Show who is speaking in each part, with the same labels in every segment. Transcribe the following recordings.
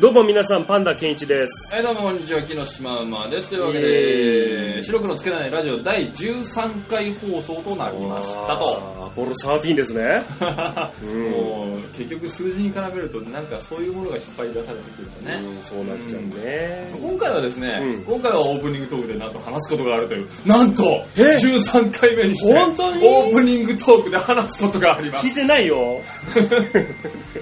Speaker 1: どうも皆さん、パンダケンイチです。
Speaker 2: はいどうもこんにちは木下シマウマですというわけ
Speaker 1: イエー
Speaker 2: で
Speaker 1: イ
Speaker 2: 白黒つけないラジオ第13回放送となりましたと
Speaker 1: あー。アポロ13です ね。うん
Speaker 2: もう結局数字に比べるとなんかそういうものが引っ張り出されてくるとね、
Speaker 1: うんそうなっちゃうね。
Speaker 2: 今回はですね、
Speaker 1: うん
Speaker 2: 今回はオープニングトークでなんと話すことがあるというなんと
Speaker 1: え
Speaker 2: 13回目にして
Speaker 1: 本当に
Speaker 2: オープニングトークで話すことがあります
Speaker 1: 聞いてないよ。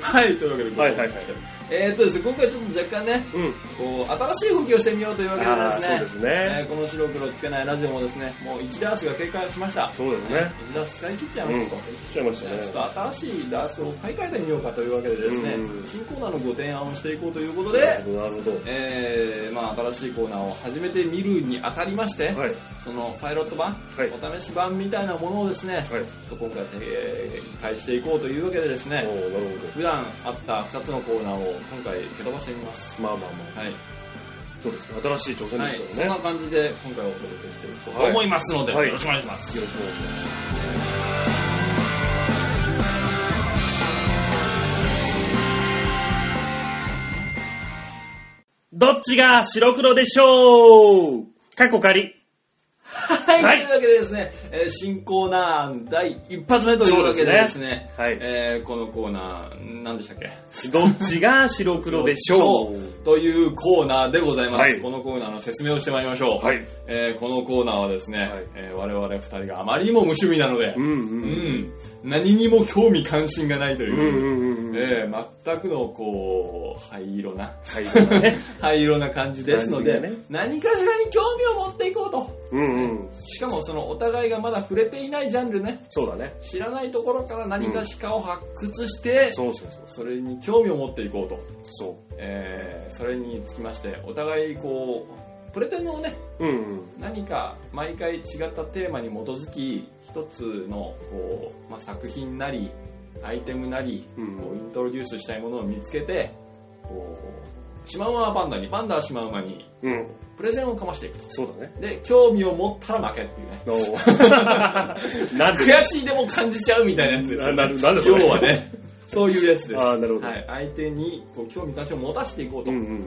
Speaker 2: はいというわけでございま
Speaker 1: はいはいはい
Speaker 2: してえーっとですね今回ちょっと若干ね
Speaker 1: うん。
Speaker 2: こう新しい動きをしてみようというわけなんですね
Speaker 1: あーそうですね
Speaker 2: えーこの白黒つけないラジオもですねもう1ダースが経過しました
Speaker 1: そうですね。
Speaker 2: 1ダース使い切っちゃいま
Speaker 1: うん。
Speaker 2: し
Speaker 1: 来
Speaker 2: たと、
Speaker 1: ちゃいまし
Speaker 2: じゃあちょった
Speaker 1: ね。
Speaker 2: と新しいダースを買い替えてみようかというわけでですね、
Speaker 1: うん
Speaker 2: 新コーナーのご提案をしていこうということ
Speaker 1: な
Speaker 2: で
Speaker 1: る、ほど、なるほ
Speaker 2: えーまあ、新しいコーナーを始めてみるにあたりまして、
Speaker 1: ど。はい。
Speaker 2: そのパイロット版、
Speaker 1: はい
Speaker 2: お試し版みたいなものをですね、ちょ
Speaker 1: はい。
Speaker 2: っと今回、えー開始していこうというわけでです
Speaker 1: お
Speaker 2: ね、
Speaker 1: ーなる
Speaker 2: 普段あった2つのコーナーを今回蹴飛ばしてみます。
Speaker 1: ほど。まあまあまあ。
Speaker 2: はい
Speaker 1: そうですね。新しい挑戦
Speaker 2: は
Speaker 1: で
Speaker 2: い、
Speaker 1: す
Speaker 2: そ
Speaker 1: か
Speaker 2: ん
Speaker 1: らね。
Speaker 2: な
Speaker 1: よ
Speaker 2: 感じで今回お届けしていこうと思いますので、
Speaker 1: はい
Speaker 2: よろしくお願いします。
Speaker 1: ろしくお願いします。どっちが白黒でしょう過去仮。
Speaker 2: はい、
Speaker 1: はい
Speaker 2: というわけでですね、えー新コーナー第一発目というわけでですね、
Speaker 1: そうですね
Speaker 2: えーこのコーナー、何でしたっけ
Speaker 1: どっちが白黒でしょう
Speaker 2: というコーナーでございます、
Speaker 1: はい
Speaker 2: このコーナーの説明をしてまいりましょう。
Speaker 1: はい
Speaker 2: えーこのコーナーはですね、
Speaker 1: はい
Speaker 2: えー我々二人があまりにも無趣味なので、
Speaker 1: うんう。
Speaker 2: うんん何にも興味関心がないとい
Speaker 1: うんうん
Speaker 2: う、
Speaker 1: うん。
Speaker 2: えー全くのこう、灰色な、
Speaker 1: はい。ね。
Speaker 2: 灰色な感じですので、
Speaker 1: 感じがね
Speaker 2: 何かしらに興味を持っていこうと。
Speaker 1: うんうん。
Speaker 2: しかもそのお互いがまだ触れていないジャンルね、
Speaker 1: そうだね。
Speaker 2: 知らないところから何かしかを発掘して、
Speaker 1: そうそうそう。
Speaker 2: それに興味を持っていこうと。
Speaker 1: そ
Speaker 2: えーそれにつきまして、お互いこう、プレテンのね、
Speaker 1: う。うんうん。
Speaker 2: 何か毎回違ったテーマに基づき、一つのこう、まあ、作品なり、アイテムなり、
Speaker 1: うん
Speaker 2: こうイントロデュースしたいものを見つけて、こう、シマウマはパンダに、パンダはシマウマに、
Speaker 1: うん。
Speaker 2: プレゼンをかましていくと。
Speaker 1: そうだね。
Speaker 2: で、興味を持ったら負けっていうね。
Speaker 1: おー なんで
Speaker 2: 悔しいでも感じちゃうみたいなやつですよ、
Speaker 1: なななんだそれ
Speaker 2: 要はね、そういうやつです。
Speaker 1: あーなるほど
Speaker 2: はい、相手にこう興味関心を持たせていこうと。
Speaker 1: うんうん。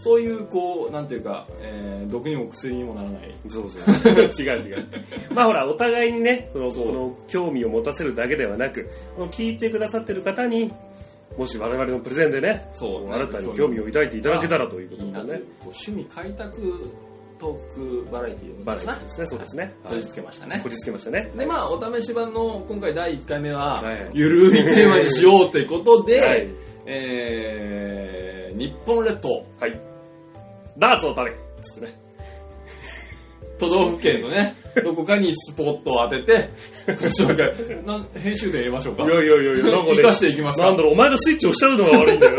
Speaker 2: そういう、こう、なんていうか、えー毒にも薬にもならない。
Speaker 1: そうそう。 違う違う。まあほら、お互いにね、その、
Speaker 2: そう
Speaker 1: この興味を持たせるだけではなく、この聞いてくださってる方に、もし我々のプレゼンでね、
Speaker 2: そ
Speaker 1: 新たに興味を抱いていただけたらということ
Speaker 2: いいな
Speaker 1: で
Speaker 2: という
Speaker 1: ね
Speaker 2: こ。う趣味開拓トークバラエティー
Speaker 1: バラエ
Speaker 2: で
Speaker 1: ティですね、そうですね。
Speaker 2: こじつけましたね
Speaker 1: こ。じつけましたね。
Speaker 2: で、まあ、お試し版の今回第1回目は
Speaker 1: はい、
Speaker 2: ゆるいテーマにしようってことで、
Speaker 1: はい。
Speaker 2: えー、日本列島、
Speaker 1: はい。ダーツを食べつってね。
Speaker 2: 都道府県の ね、どこかにスポットを当てて、今 週なんかなん編集で言いましょう
Speaker 1: い
Speaker 2: か。
Speaker 1: やいやいやいや、なんかね
Speaker 2: 生、かしていきます
Speaker 1: な
Speaker 2: か
Speaker 1: んだ。ろう、お前のスイッチ押しちゃうのが悪いんだよ。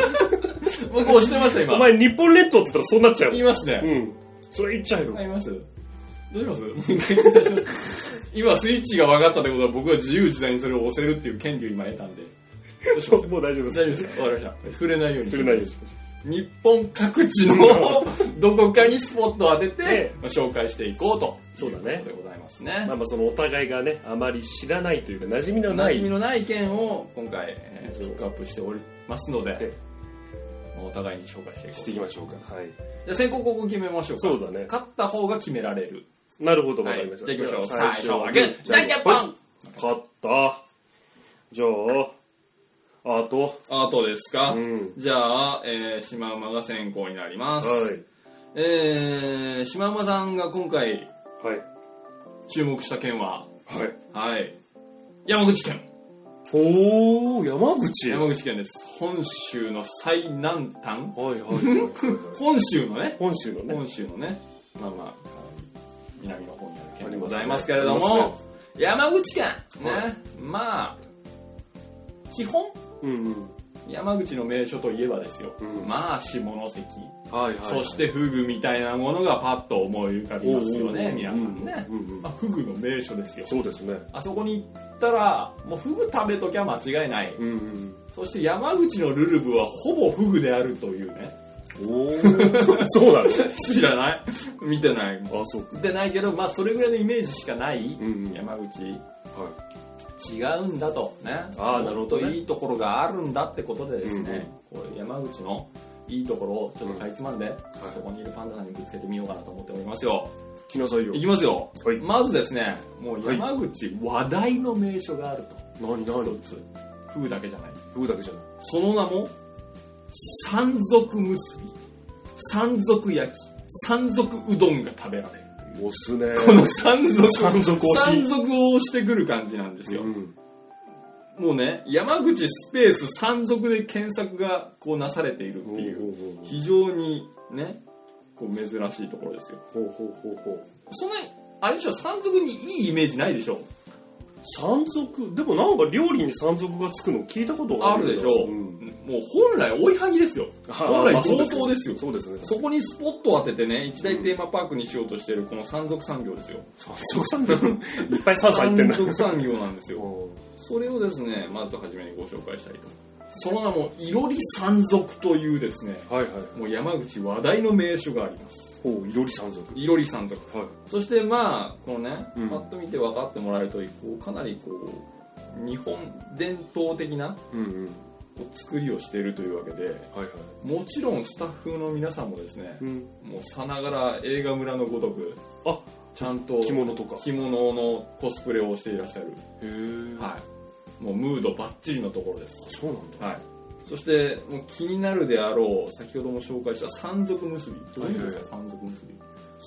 Speaker 2: 僕押して ました、
Speaker 1: お
Speaker 2: 今。
Speaker 1: 前、日本列島って言ったらそうなっちゃう
Speaker 2: 言。いました
Speaker 1: う
Speaker 2: ね。
Speaker 1: ん。それ言っちゃうよ。
Speaker 2: 言いますどうします もう一回言いましょう今、スイッチが分かったってことは、僕は自由自在にそれを押せるっていう権利を今得たんで。どうします
Speaker 1: もう大丈夫で
Speaker 2: 大
Speaker 1: す。
Speaker 2: 丈夫ですかわかりました。触れないように。
Speaker 1: 触れないです。
Speaker 2: 日本各地のどこかにスポットを当てて
Speaker 1: え、
Speaker 2: まあ紹介していこうと。
Speaker 1: そうだね
Speaker 2: いうことでございますね。
Speaker 1: まあまあそのお互いがね、あまり知らないというか、馴染みのな
Speaker 2: 馴
Speaker 1: い。
Speaker 2: 染みのない意見を今回、えーピックアップしておりますの
Speaker 1: え
Speaker 2: で、お互いに紹介していこう
Speaker 1: いきましょうか。はい。
Speaker 2: じゃあ先行ここ決めましょうか
Speaker 1: そうだね
Speaker 2: 勝った方が決められる
Speaker 1: なるほど、わ
Speaker 2: は
Speaker 1: かり
Speaker 2: い
Speaker 1: まし
Speaker 2: じ
Speaker 1: た。
Speaker 2: ゃあいきましょう
Speaker 1: じゃ
Speaker 2: 最
Speaker 1: あ
Speaker 2: 初は
Speaker 1: じ
Speaker 2: グ
Speaker 1: ゃあ
Speaker 2: ーじゃんけんぽん
Speaker 1: 勝った。じゃあ、あと、
Speaker 2: あとですか、
Speaker 1: うん。
Speaker 2: じゃあ、えー、シマウマが先行になります、
Speaker 1: はい。
Speaker 2: えー、シマウマさんが今回
Speaker 1: はい。
Speaker 2: 注目した県は
Speaker 1: はい。
Speaker 2: はい山口県
Speaker 1: おー、山口
Speaker 2: 山口県です本州の最南
Speaker 1: は
Speaker 2: 端
Speaker 1: いはいはい はい。
Speaker 2: 本州のね
Speaker 1: 本州のね。
Speaker 2: 本州のねまあまあ南の方にある県
Speaker 1: あ
Speaker 2: で
Speaker 1: り
Speaker 2: ご
Speaker 1: ますね
Speaker 2: ざいますけれど
Speaker 1: あります
Speaker 2: も、山口県ね、
Speaker 1: は
Speaker 2: まあ基本
Speaker 1: うんうん。
Speaker 2: 山口の名所といえばですよ、
Speaker 1: うん
Speaker 2: まあ下関、
Speaker 1: はいはい。
Speaker 2: そしてフグみたいなものがパッと思い浮かびますよね皆さんね、
Speaker 1: うんうん
Speaker 2: まあ、フグの名所ですよ
Speaker 1: そうですね。
Speaker 2: あそこに行ったらもうフグ食べときゃ間違いない
Speaker 1: うんうん。
Speaker 2: そして山口のルルブはほぼフグであるというね
Speaker 1: おーそうなんです
Speaker 2: 知らない見てない
Speaker 1: あ、そうか。
Speaker 2: 見てないけどまあそれぐらいのイメージしかない
Speaker 1: うんうん。
Speaker 2: 山口
Speaker 1: は
Speaker 2: 違うんだとね
Speaker 1: あーなるほどね
Speaker 2: もっといいところがあるんだってことでですね、こう山口のいいところをちょっとかいつまんで、
Speaker 1: い。は
Speaker 2: そこにいるパンダさんにぶつけてみようかなと思っておりますよ
Speaker 1: い。来なさいよ
Speaker 2: い。きますよ、
Speaker 1: はい
Speaker 2: まずですねもう山口話題の名所があると
Speaker 1: 何
Speaker 2: 一
Speaker 1: 何
Speaker 2: つ風だけじゃない
Speaker 1: ふうだけじゃない。
Speaker 2: その名も山賊結び山賊焼き山賊うどんが食べられる
Speaker 1: 押すね。
Speaker 2: この山賊
Speaker 1: 山賊推し
Speaker 2: 山賊を押してくる感じなんですよ、
Speaker 1: うん。
Speaker 2: もうね、山口スペース山賊で検索がこうなされているっ
Speaker 1: ほう
Speaker 2: ていう、
Speaker 1: ほう
Speaker 2: 非常にね、こう珍しいところですよ。
Speaker 1: ほう。ほうほうほうほう。
Speaker 2: そんなに、あれでしょ、山賊にいいイメージないでしょ。
Speaker 1: 山賊でもなんか料理に山賊がつくの聞いたことが
Speaker 2: あ
Speaker 1: ある
Speaker 2: る
Speaker 1: け
Speaker 2: でし
Speaker 1: ど
Speaker 2: ょ。
Speaker 1: うん
Speaker 2: もう本来追いはぎですよ。本来
Speaker 1: あそう
Speaker 2: 強盗ですよ
Speaker 1: そうですね。
Speaker 2: そこにスポットを当ててね、一大テーマパークにしようとしてるこの山賊産業ですよ。
Speaker 1: 山賊産業。いっぱい山菜 行ってん
Speaker 2: 山
Speaker 1: だ。
Speaker 2: 賊産業なんですよ。
Speaker 1: うん
Speaker 2: それをですね、まずはじめにご紹介したいと。その名も、いろり山賊というですね、
Speaker 1: はいはい。
Speaker 2: もう山口話題の名所があります。
Speaker 1: ほう、いろり山賊。
Speaker 2: いろり山賊
Speaker 1: はい。
Speaker 2: そしてまあこのね、
Speaker 1: うん
Speaker 2: パッと見て分かってもらえるとりこうかなりこう日本伝統的な
Speaker 1: うんうん。
Speaker 2: こう作りをしているというわけで
Speaker 1: はいはい。
Speaker 2: もちろんスタッフの皆さんもですね
Speaker 1: うん。
Speaker 2: もうさながら映画村のごとく
Speaker 1: あ
Speaker 2: ちゃんと
Speaker 1: 着物とか。
Speaker 2: 着物のコスプレをしていらっしゃる、
Speaker 1: へえ。
Speaker 2: はい、もうムードバッチリのところです、
Speaker 1: そうなんだ。
Speaker 2: はい、そしてもう気になるであろう先ほども紹介した山賊結びどういうんですか、山賊結び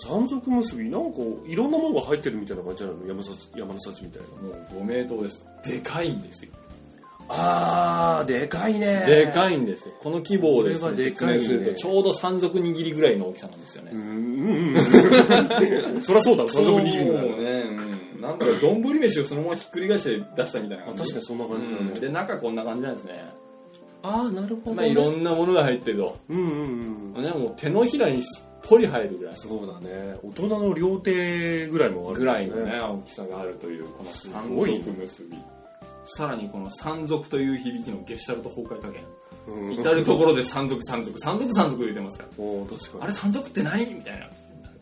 Speaker 1: 山賊結び、なんかいろんなものが入ってるみたいな感じじゃないの山さ山の幸みたいな。
Speaker 2: もうご名答ですでかいんですよ
Speaker 1: あー、でかいね
Speaker 2: で
Speaker 1: い。
Speaker 2: かいんですよ。この規模をです
Speaker 1: こ
Speaker 2: ね、
Speaker 1: れはで
Speaker 2: 説
Speaker 1: かい
Speaker 2: 明
Speaker 1: ね
Speaker 2: すると、ちょうど山賊握りぐらいの大きさなんですよ
Speaker 1: う
Speaker 2: ね。
Speaker 1: ん、うん、 うん。そりゃそうだろ、山
Speaker 2: そう
Speaker 1: 賊
Speaker 2: ね、
Speaker 1: 握るなら。
Speaker 2: うん。なんか、丼飯をそのままひっくり返して出したみたいな
Speaker 1: あ
Speaker 2: 感じ。
Speaker 1: 確かにそんな感じだ
Speaker 2: うんで、
Speaker 1: ね。
Speaker 2: 中こんな感じなんですね。
Speaker 1: あー、なるほ
Speaker 2: まあ、いろんなものが入ってると。
Speaker 1: うんうんうん。
Speaker 2: ね、もう手のひらにすっぽり入るぐらい。
Speaker 1: そうだね。大人の料亭ぐらいもある
Speaker 2: ぐらいの
Speaker 1: よ
Speaker 2: ね、大きさがあるという、この山
Speaker 1: すごい
Speaker 2: 賊結び。さらにこの山賊という響きのゲシュタルト崩壊加減。
Speaker 1: うん。
Speaker 2: 至る所で山賊山賊、山賊山賊言うてますから。
Speaker 1: おー確
Speaker 2: あ
Speaker 1: か
Speaker 2: れ山賊って何みたいな。
Speaker 1: に。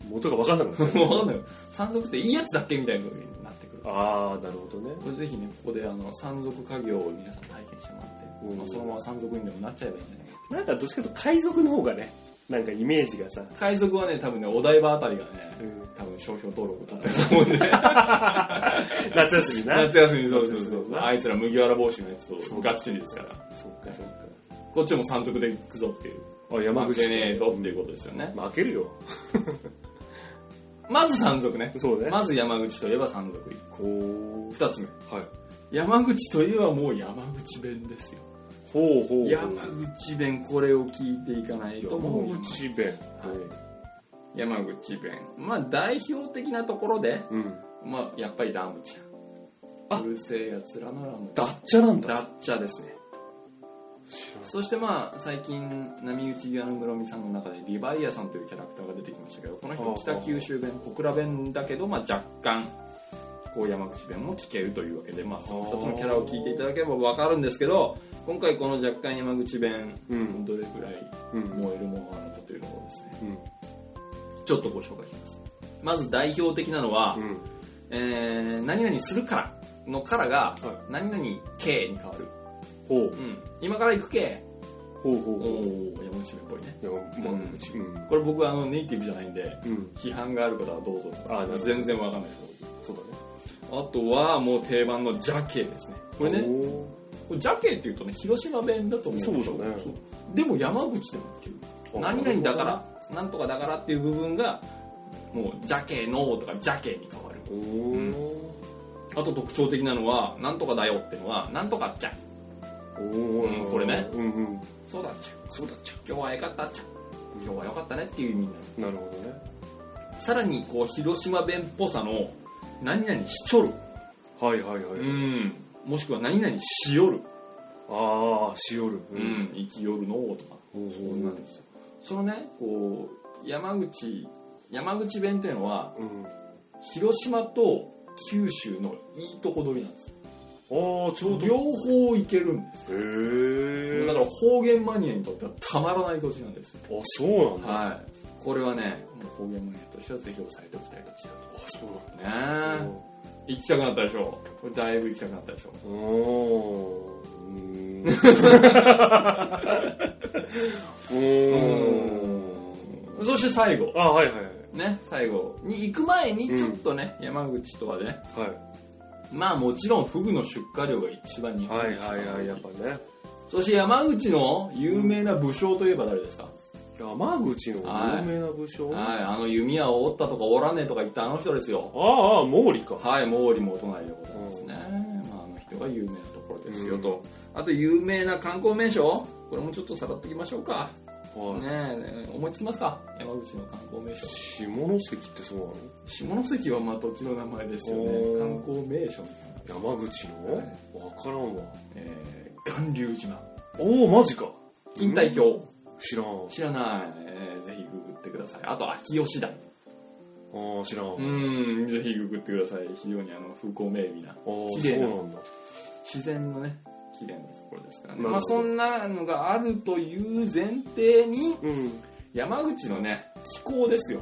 Speaker 1: 元が分かんなくな っちゃう
Speaker 2: もうわかんないよ山賊っていいやつだっけみたいなことになってくるこ
Speaker 1: あー、なるほどね。
Speaker 2: れぜひねここであの山賊家業を皆さん体験してもらって、
Speaker 1: うん
Speaker 2: まあ、そのまま山賊にでもなっちゃえばいいんじゃないか
Speaker 1: なんかどっちかというと海賊の方がね、なんかイメージがさ。
Speaker 2: 海賊はね多分ねお台場あたりがね
Speaker 1: うん
Speaker 2: 多分商標登録取ってると思うんで
Speaker 1: 夏休みな。
Speaker 2: 夏休みそうそうそう
Speaker 1: そうそう
Speaker 2: あいつら麦わら帽子のやつとガッチリですから
Speaker 1: そうか、そうか。
Speaker 2: こっちも山賊で行くぞっていう
Speaker 1: あ、山
Speaker 2: 負
Speaker 1: 口
Speaker 2: けねえぞっていうことですよね
Speaker 1: 負けるよ。
Speaker 2: まず山賊ね
Speaker 1: そうね。
Speaker 2: まず山口といえば山賊
Speaker 1: こう。
Speaker 2: 二つ目
Speaker 1: はい。
Speaker 2: 山口といえばもう山口弁ですよ
Speaker 1: ほうほう。
Speaker 2: 山口弁これを聞いていかないともう
Speaker 1: 山口弁。
Speaker 2: 山口弁まあ代表的なところで、
Speaker 1: うん。
Speaker 2: まあ、やっぱりラムちゃ
Speaker 1: あ
Speaker 2: んうるせえやつらならもう
Speaker 1: ダッチャなんだ。
Speaker 2: ダッチャですねそしてまあ最近波打ち際の室見さんの中でリバイアさんというキャラクターが出てきましたけどこの人
Speaker 1: ああ
Speaker 2: 北九州弁小倉弁だけど、まあ、若干こう山口弁も聞けるというわけで、まあ、その2つのキャラを聞いていただければ分かるんですけど今回この若干山口弁、
Speaker 1: うん
Speaker 2: どれくらい
Speaker 1: うん。
Speaker 2: 燃えるものがあるのかというのをですね
Speaker 1: うん。
Speaker 2: ちょっとご紹介しますまず代表的なのは、
Speaker 1: うん。
Speaker 2: えー何々するからのからが
Speaker 1: は
Speaker 2: 何々けに変わる、
Speaker 1: ほう。
Speaker 2: うん、今から行くけ
Speaker 1: ほうほう
Speaker 2: お
Speaker 1: ほう。
Speaker 2: お山口弁っぽいね
Speaker 1: 山口。うん。
Speaker 2: これ僕はあのネイティブじゃないんで
Speaker 1: うん。
Speaker 2: 批判がある方はどうぞ
Speaker 1: あなるほど
Speaker 2: 全然わかんないですけ
Speaker 1: そうだね。
Speaker 2: どあとはもう定番のジャケですねこれね
Speaker 1: ね。
Speaker 2: これジャケっていうとね広島弁だと思うん
Speaker 1: そうだね
Speaker 2: そうでも山口でもいける何々だからなんとかだからっていう部分がもうジャケのとかジャケに変わる
Speaker 1: お
Speaker 2: ん
Speaker 1: お
Speaker 2: あと特徴的なのは、なんとかだよってのは、なんとかっちゃ、
Speaker 1: お
Speaker 2: うんこれね
Speaker 1: うんうん
Speaker 2: そうだっちゃ、
Speaker 1: そうだっちゃ
Speaker 2: 今日はよかったっちゃ、今日はよかったねっていう意味になる。
Speaker 1: なるほどね
Speaker 2: さらに、こう、広島弁っぽさの、何々しちょる。
Speaker 1: はいはいは
Speaker 2: う
Speaker 1: い、
Speaker 2: ん。もしくは、何々しよる。
Speaker 1: ああしおる
Speaker 2: う。
Speaker 1: うん
Speaker 2: 生きよるのとか。
Speaker 1: おお
Speaker 2: そうなんですよ。そのね、こう、山口、山口弁っていうのは、
Speaker 1: うん
Speaker 2: 広島と九州のいいとこ取りなんですよ。
Speaker 1: ああ、ちょうど。
Speaker 2: 両方いけるんです
Speaker 1: へえ。
Speaker 2: だから方言マニアにとってはたまらない土地なんですよ
Speaker 1: あ、そうなんだ。あ、
Speaker 2: はいこれはねもう方言マニアとしてはぜひ押さえておきたい土地
Speaker 1: そ
Speaker 2: だ
Speaker 1: うなんだ。
Speaker 2: とねえ行きたくなったでしょこれだいぶ行きたくなったでしょ
Speaker 1: おー。うーんう
Speaker 2: そして最後
Speaker 1: ーん。あ、はいはいはい。
Speaker 2: ね最後に行く前にちょっとね、山口とはね
Speaker 1: は
Speaker 2: まあもちろんフグの出荷量が一番日本
Speaker 1: い。
Speaker 2: 一
Speaker 1: はいはいはい、やっぱね。
Speaker 2: そして山口の有名な武将といえば誰ですか、
Speaker 1: 山口の有名な武将あ
Speaker 2: はいあの弓矢を折ったとか折らねえとか言ったあの人ですよ
Speaker 1: あ、毛利か。
Speaker 2: はい毛利もお隣でございますね、まあ、あの人が有名なところですよと、あと有名な観光名所これもちょっとさらっていきましょうか、
Speaker 1: はい
Speaker 2: ねえ思いつきますか山口の観光名所
Speaker 1: 下関ってそう
Speaker 2: 下関はまあ土地の名前ですよね
Speaker 1: おー
Speaker 2: 観光名所、
Speaker 1: なの山口の
Speaker 2: は
Speaker 1: わからんわ。
Speaker 2: えー、巌流島
Speaker 1: おお、マジか。
Speaker 2: 錦帯橋、
Speaker 1: 知らん。
Speaker 2: 知らない、えーぜひググってくださいあと秋吉台
Speaker 1: ああ、知らん。あ
Speaker 2: うんぜひググってください非常にあの風光明媚な
Speaker 1: あ、そ
Speaker 2: 綺麗
Speaker 1: う
Speaker 2: な
Speaker 1: なんだ。
Speaker 2: 自然のね綺麗なところですからね
Speaker 1: なるほど
Speaker 2: まあ、そんなのがあるという前提に
Speaker 1: うん。
Speaker 2: 山口のね気候ですよ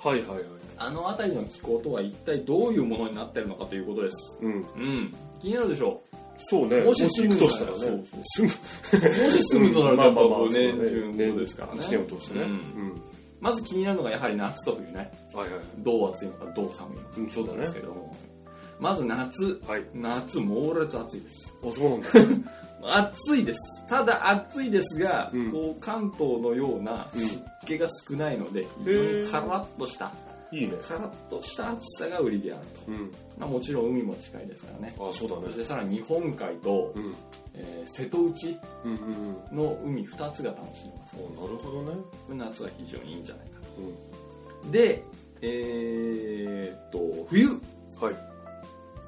Speaker 1: はいはいはい。
Speaker 2: あの辺りの気候とは一体どういうものになってるのかということです
Speaker 1: うん。
Speaker 2: うん気になるでしょ
Speaker 1: そうね。
Speaker 2: もし住む
Speaker 1: 行くとしたら
Speaker 2: ならね
Speaker 1: ね。住む。
Speaker 2: うもし住むとなるとやっぱこう
Speaker 1: ま
Speaker 2: ね
Speaker 1: あまあまあ
Speaker 2: 順応ですからね
Speaker 1: 一年を通してね。
Speaker 2: うん
Speaker 1: うん。
Speaker 2: まず気になるのがやはり夏と冬ね
Speaker 1: はいはい。
Speaker 2: どう暑いのかどう寒いのか
Speaker 1: うん、そうだ
Speaker 2: で
Speaker 1: ね
Speaker 2: す。けどもまず夏
Speaker 1: はい。
Speaker 2: 夏猛烈暑いです
Speaker 1: あ、そうなんだ。
Speaker 2: 暑いですただ暑いですが、
Speaker 1: うん
Speaker 2: こう関東のような
Speaker 1: うん
Speaker 2: 湿気が少ないので非常にカラッとした
Speaker 1: いいね。
Speaker 2: カラッとした暑さが売りであると、
Speaker 1: うん。
Speaker 2: まあ、もちろん海も近いですからね
Speaker 1: あ、そうだ
Speaker 2: そ
Speaker 1: ね。
Speaker 2: してさらに日本海と、
Speaker 1: うん。
Speaker 2: えー瀬戸内
Speaker 1: うんうんうん。
Speaker 2: の海2つが楽しめま
Speaker 1: あ、
Speaker 2: す
Speaker 1: なるほどね。
Speaker 2: これ夏は非常にいいんじゃないか
Speaker 1: うん。
Speaker 2: とでえーっと冬
Speaker 1: は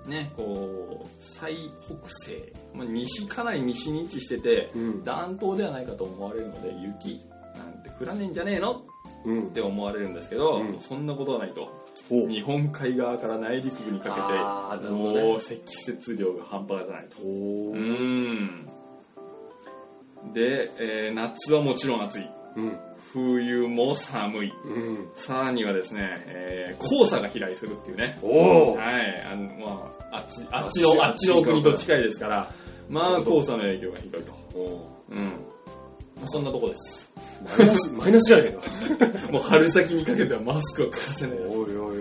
Speaker 1: い。
Speaker 2: ねこう最北西、まあ、西かなり西に位置してて
Speaker 1: うん。
Speaker 2: 暖冬ではないかと思われるので雪なんて降らねえんじゃねえの
Speaker 1: うん
Speaker 2: っ。て思われるんですけ
Speaker 1: う
Speaker 2: ど、
Speaker 1: ん
Speaker 2: そんなことはないと
Speaker 1: ほう。
Speaker 2: 日本海側から内陸部にか
Speaker 1: あー
Speaker 2: けて
Speaker 1: なるほどね
Speaker 2: もう積雪量が半端じゃないと
Speaker 1: ほ
Speaker 2: う
Speaker 1: う。
Speaker 2: んで、えー夏はもちろん暑い
Speaker 1: うん。
Speaker 2: 冬も寒い
Speaker 1: うん。
Speaker 2: さらにはですね、えー黄砂が飛来するっていうね
Speaker 1: おお。
Speaker 2: はい、あのまあ、あっちあ
Speaker 1: あ
Speaker 2: っち
Speaker 1: っち
Speaker 2: の
Speaker 1: の
Speaker 2: あっちの国と近いですからまあ黄砂の影響がひどいと
Speaker 1: おお。
Speaker 2: うんまあそんなとこです
Speaker 1: マイナス、マイナスじゃね
Speaker 2: もう春先にかけてはマスクを欠かせな
Speaker 1: え
Speaker 2: い
Speaker 1: か。
Speaker 2: です
Speaker 1: おいおいお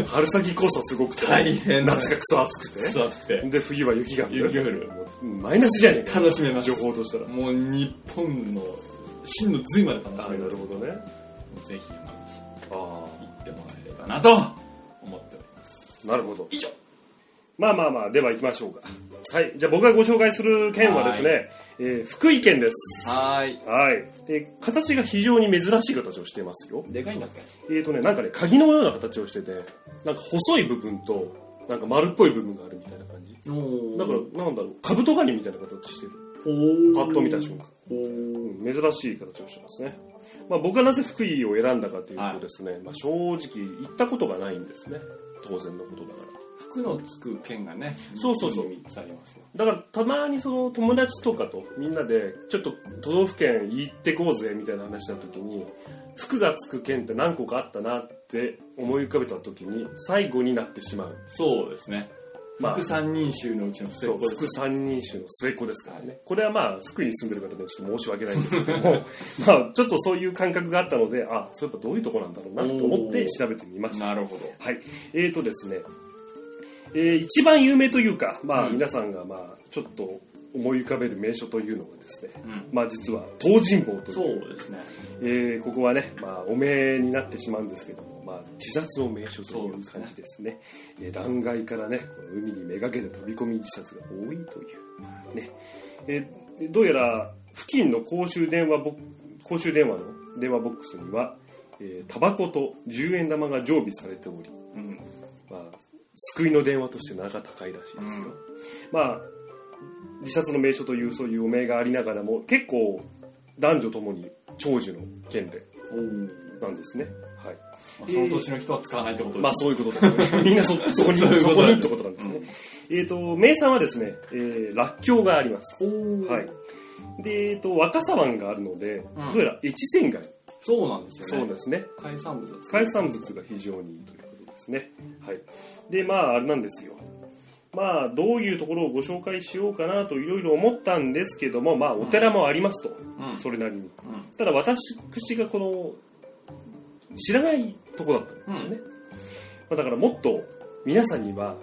Speaker 1: い。春先こそすごくて。
Speaker 2: 大変だね
Speaker 1: 夏がクソ暑くて。
Speaker 2: 暑くて
Speaker 1: で、冬は雪が降る。
Speaker 2: 雪が降る。
Speaker 1: マイナスじゃねえか。
Speaker 2: 楽しめます
Speaker 1: 情報としたら。
Speaker 2: もう日本の真の髄まで楽し
Speaker 1: あ
Speaker 2: め
Speaker 1: な
Speaker 2: る
Speaker 1: るほどね。
Speaker 2: ぜひ山
Speaker 1: あ
Speaker 2: 口行ってもらえればなと思っております
Speaker 1: あ。なるほど。
Speaker 2: 以上
Speaker 1: まあまあまあ、では行きましょうか。はい。じゃあ僕がご紹介する県はですね、えー福井県です。
Speaker 2: はーい
Speaker 1: はい。で、形が非常に珍しい形をしていますよ。
Speaker 2: でかいんだっけ
Speaker 1: えーとね、なんかね、鍵のような形をしてて、なんか細い部分と、なんか丸っこい部分があるみたいな感じ。
Speaker 2: おお
Speaker 1: だから、なんだろう、カブトガニみたいな形してる。パッと見た瞬間。うん珍しい形をしてますね。まあ、僕がなぜ福井を選んだかというとですね、まあ、正直行ったことがないんですね。当然のことだから。
Speaker 2: 服のつく県がね
Speaker 1: そうそうそう
Speaker 2: 3つありますよ
Speaker 1: だからたまにその友達とかとみんなでちょっと都道府県行ってこうぜみたいな話した時に服がつく県って何個かあったなって思い浮かべた時に最後になってしまう、
Speaker 2: そうですね
Speaker 1: まあ
Speaker 2: 服、三人衆のうちの末
Speaker 1: そ
Speaker 2: っ
Speaker 1: う
Speaker 2: 子です
Speaker 1: 服三人衆の末っ子ですからねこれはまあ福井に住んでる方でちょっと申し訳ないんですけども まあちょっとそういう感覚があったのであそういえばどういうとこなんだろうなと思って調べてみました
Speaker 2: なるほど
Speaker 1: はい。えーとですね、えー一番有名というか、まあ、
Speaker 2: うん
Speaker 1: 皆さんが、まあ、ちょっと思い浮かべる名所というのがですね、
Speaker 2: うん
Speaker 1: まあ、実は、東尋坊と
Speaker 2: そ
Speaker 1: いう
Speaker 2: うですね
Speaker 1: えーここはね、まあ、お名になってしまうんですけども、まあ、自殺の名所という感じですね。えー断崖からね、この海にめがけて飛び込み自殺が多いという、ね。えーどうやら、付近の公衆電話ボッ公衆電話の電話ボックスには、えータバコと10円玉が常備されており、
Speaker 2: うん
Speaker 1: まあ、救いの電話として名が高いらしいですよ、
Speaker 2: うん
Speaker 1: まあ自殺の名所というそういう汚名がありながらも結構男女ともに長寿の県で
Speaker 2: おー
Speaker 1: なんですねはい
Speaker 2: まあその年の人は使わないってことですね
Speaker 1: まあそういうことですね みんなそそこに
Speaker 2: そういう
Speaker 1: そ
Speaker 2: こ
Speaker 1: こ
Speaker 2: とだ
Speaker 1: に
Speaker 2: ね
Speaker 1: ってことなんですね、えっ、と、名産はですね、えー、らっきょうがあります。はい。で、えっ、と、若狭湾があるので、どうやら越前街。
Speaker 2: そうなんです
Speaker 1: そ
Speaker 2: よ
Speaker 1: う
Speaker 2: ね
Speaker 1: ですね。
Speaker 2: 海産物ですね
Speaker 1: 海産物が非常にいいということですね。はい。で、まあ、あれなんですよ。まあ、どういうところをご紹介しようかなといろいろ思ったんですけども、まあ、お寺もありますと、
Speaker 2: うん
Speaker 1: それなりに。
Speaker 2: うん
Speaker 1: ただ、私がこの、知らないとこだったんですよね。まあ、だから、もっと皆さんには、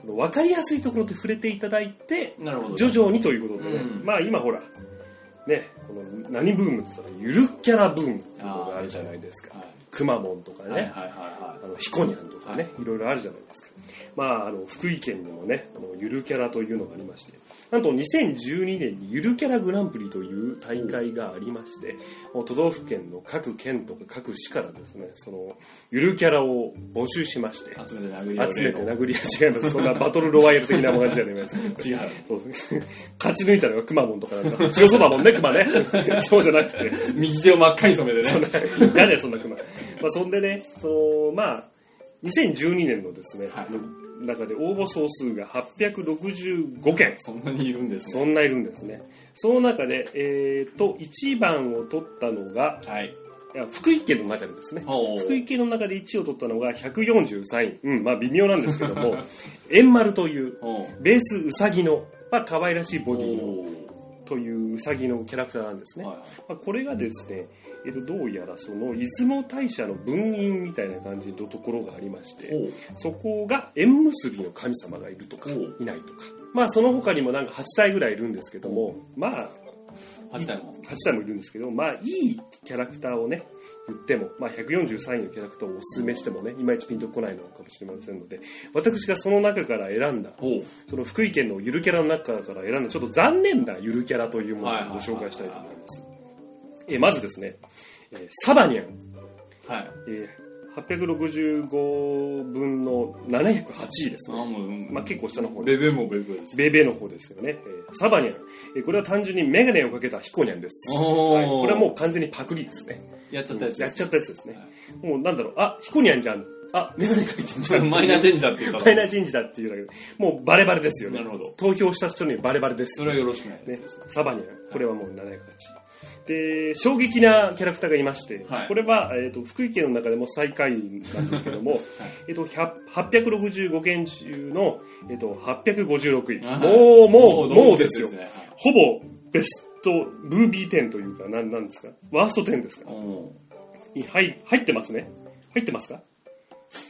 Speaker 1: その分かりやすいところで触れていただいて、
Speaker 2: なるほど
Speaker 1: 徐々にということでね、
Speaker 2: うん
Speaker 1: まあ今ほら、ね、この何ブームって言ったら、ゆるキャラブームっていうのがあるじゃないですか。
Speaker 2: は
Speaker 1: くまモンとか
Speaker 2: い
Speaker 1: ね、
Speaker 2: はいはいは
Speaker 1: あのひこにゃんとかね、いろいろあるじゃないですか。まあ、あの福井県にもね、あのゆるキャラというのがありまして、なんと2012年にゆるキャラグランプリという大会がありまして、もう都道府県の各県とか各市からですね、そのゆるキャラを募集しまして、
Speaker 2: い集めて殴り合う
Speaker 1: 集めて
Speaker 2: 例の
Speaker 1: 殴り合い違います。そんなバトルロワイヤル的な感じじゃないです。
Speaker 2: 違う
Speaker 1: そう 勝ち抜いたのがくまモンとかなんか強そうだもんね、熊ね。 そうじゃなくて。
Speaker 2: 右手を真っ赤に染めてね
Speaker 1: 嫌だよ、そん な熊。まあ、そんでね、その、まあ、2012年のですね、
Speaker 2: はい
Speaker 1: の中で応募総数が865件。
Speaker 2: そんなにいるんですね
Speaker 1: そんないるんですね。その中で、えー、と、1番を取ったのが、
Speaker 2: はい
Speaker 1: いや福井県の中でですね、
Speaker 2: おー
Speaker 1: 福井県の中で1位を取ったのが143位。うん、まあ微妙なんですけども、 円丸という、
Speaker 2: おう
Speaker 1: ベースウサギの、まあ可愛らしいボディの、
Speaker 2: おう
Speaker 1: というウサギのキャラクターなんですね。
Speaker 2: はい
Speaker 1: まあ、これがですね、えっと、どうやらその出雲大社の分院みたいな感じのところがありまして
Speaker 2: おう
Speaker 1: そこが縁結びの神様がいるとか
Speaker 2: おう
Speaker 1: いないとかまあその他にもなんか8体ぐらいいるんですけどもまあ
Speaker 2: 八体も
Speaker 1: 8体もいるんですけどまあいいキャラクターをね言っても、まあ、143位のキャラクターをおすすめしてもねいまいちピンとこないのかもしれませんので私がその中から選んだ
Speaker 2: おう
Speaker 1: その福井県のゆるキャラの中から選んだちょっと残念なゆるキャラというものをご紹介したいと思います。えーまずですね、えーサバニャン、
Speaker 2: はい
Speaker 1: えー865分の708位ですね。
Speaker 2: あもううん
Speaker 1: まあ、結構下の方で。
Speaker 2: ベベもベベです
Speaker 1: ベイベーの方ですよね。えーサバニャン、えーこれは単純にメガネをかけたヒコニャンです。
Speaker 2: お
Speaker 1: はいこれはも
Speaker 2: う
Speaker 1: う完全にパクリですね。
Speaker 2: やっちゃったやつ
Speaker 1: や
Speaker 2: で
Speaker 1: っ
Speaker 2: す
Speaker 1: ちゃったやつですね。もうなんだろう、あ、ヒコニャンじゃん。あ、メガネかけてんじゃん。
Speaker 2: マイナーチェンジだって言った
Speaker 1: マイ
Speaker 2: の
Speaker 1: ナーチェンジだっていうだけで、もうバレバレですよね
Speaker 2: な。るほど
Speaker 1: 投票した人にバレバレです。
Speaker 2: それはよろしくないで
Speaker 1: ね
Speaker 2: す、
Speaker 1: サバニャンこれはもう708で衝撃なキャラクターがいまして、
Speaker 2: はい
Speaker 1: これは、えー、と福井県の中でも最下位なんですけ ども、えー、と100 865件中の、えー、と856位
Speaker 2: あ
Speaker 1: もうもう
Speaker 2: 同
Speaker 1: もう
Speaker 2: 率
Speaker 1: ですよ
Speaker 2: ねはい
Speaker 1: ほぼベストムービー10というかなんなんですかワースト10ですか
Speaker 2: おう
Speaker 1: に入入ってますね入ってますか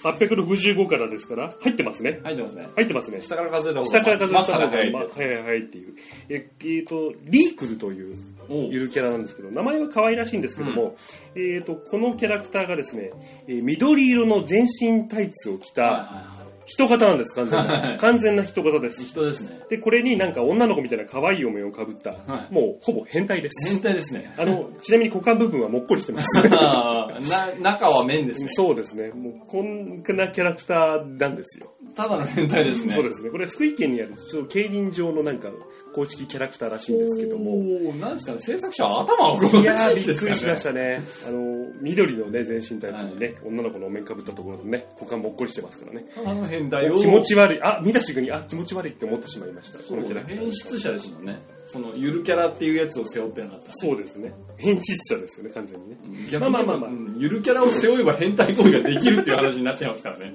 Speaker 1: 865からですから入ってますね
Speaker 2: 入ってますね
Speaker 1: 入ってますね
Speaker 2: 下から数えた方が
Speaker 1: 下から数えた方が
Speaker 2: マッハ
Speaker 1: まあ
Speaker 2: が入って
Speaker 1: はいはいはいっていうええー、とリークルという
Speaker 2: おう
Speaker 1: ゆるキャラなんですけど、名前は可愛らしいんですけども、えー、とこのキャラクターがですね、えー緑色の全身タイツを着
Speaker 2: はいはい
Speaker 1: た
Speaker 2: は
Speaker 1: 人型なんです、完全
Speaker 2: はいは
Speaker 1: ない完全な人型で
Speaker 2: い
Speaker 1: す。
Speaker 2: 人ですね
Speaker 1: で、これになんか女の子みたいな可愛いお面をかぶった、
Speaker 2: はい
Speaker 1: もうほぼ変態です。
Speaker 2: 全体ですね
Speaker 1: あの、ちなみに股間部分はもっこりして ます。
Speaker 2: あー な中は面ですね
Speaker 1: そうですね。もうこんなキャラクターなんですよ。
Speaker 2: ただの変態ですね
Speaker 1: そうですね。これ福井県にある、ちょっと競輪場のなんか公式キャラクターらしいんですけども、
Speaker 2: おーなんですかね制作者は頭を
Speaker 1: いや ー、びっくりしましたね。あの、緑のね、全身タイツにね、女の子のお面かぶったところでね、股間もっこりしてますからね。
Speaker 2: ただの変態を
Speaker 1: 気持ち悪い。あ、見た瞬間に、あ、気持ち悪いって思ってしまいました。
Speaker 2: そ
Speaker 1: こ
Speaker 2: う
Speaker 1: のキャラクター
Speaker 2: 変。質者ですもんねそのゆるキャラっていうやつを背負ってなかった
Speaker 1: そうですね。変質者ですよね、完全にね。
Speaker 2: 逆に
Speaker 1: まあまあまあま
Speaker 2: うんゆるキャラを背負えば変態行為ができるっていう話になっちゃいますからね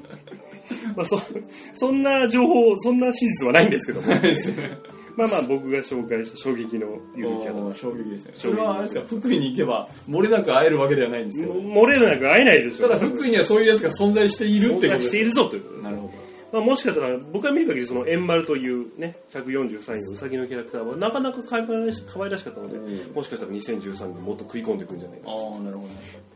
Speaker 1: まあ、そ、 そんな情報、そんな史実はないんですけ ども。まあまあ、僕が紹介した衝撃のゆるキャラ。
Speaker 2: おー衝撃ですねそれはあれですか福井に行けば漏れなく会えるわけではないんですけど
Speaker 1: も漏れなく会えないでしょ
Speaker 2: た
Speaker 1: う。
Speaker 2: だ福井にはそういうやつが存在しているってことで
Speaker 1: し
Speaker 2: す
Speaker 1: ているぞということです
Speaker 2: なるほど
Speaker 1: まあ、もしかしたら僕が見る限りその円丸というね143位のウサギのキャラクターはなかなか可愛らし可愛らしかったので、
Speaker 2: うん
Speaker 1: もしかしたら2013年もっと食い込んでくんじゃないか
Speaker 2: ああなるほど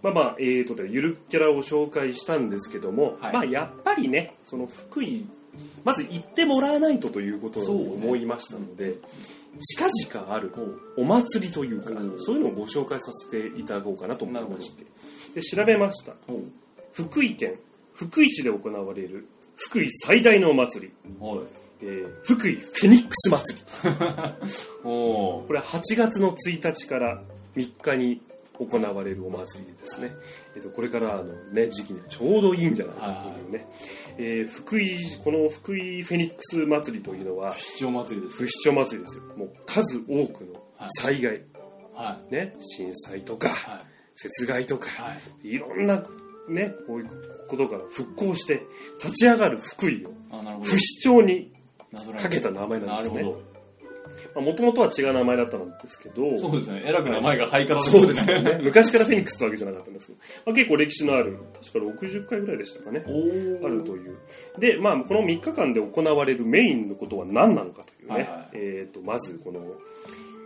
Speaker 1: まあまあえーとでゆるキャラを紹介したんですけども、
Speaker 2: はい
Speaker 1: まあやっぱりねその福井まず行ってもらわないとということを
Speaker 2: そうね
Speaker 1: 思いましたので、近々あるお祭りというか、
Speaker 2: うん
Speaker 1: そういうのをご紹介させていただこうかなと思いましてで調べました福井県福井市で行われる福井最大のお祭り
Speaker 2: おい
Speaker 1: えー福井フェニックス祭り
Speaker 2: おお
Speaker 1: これは8月の1日から3日に行われるお祭りでですね、えっと、これからの、ね、時期にはちょうどいいんじゃないかというね、えー福井この福井フェニックス祭りというのは
Speaker 2: 市長祭りです
Speaker 1: 不死鳥祭りですよもう数多くの災害、
Speaker 2: は
Speaker 1: ね、震災とか、
Speaker 2: いはい
Speaker 1: 雪害とか、
Speaker 2: はい
Speaker 1: いろんな、ね、こういうことから復興して立ち上がる福井を
Speaker 2: あなるほど
Speaker 1: 不死鳥に
Speaker 2: なぞらえ
Speaker 1: かけた名前なんです
Speaker 2: なる
Speaker 1: ね
Speaker 2: ほ
Speaker 1: もともとは違う名前だったんですけど
Speaker 2: どそうですねえらく名前がハイカラ
Speaker 1: そうですよね昔からフェニックスってわけじゃなかったんですけど、まあ、結構歴史のある確か60回ぐらいでしたかね
Speaker 2: お
Speaker 1: ある
Speaker 2: お
Speaker 1: というで、まあ、この3日間で行われるメインのことは何なのかというね、
Speaker 2: はいはい
Speaker 1: えー、とまずこの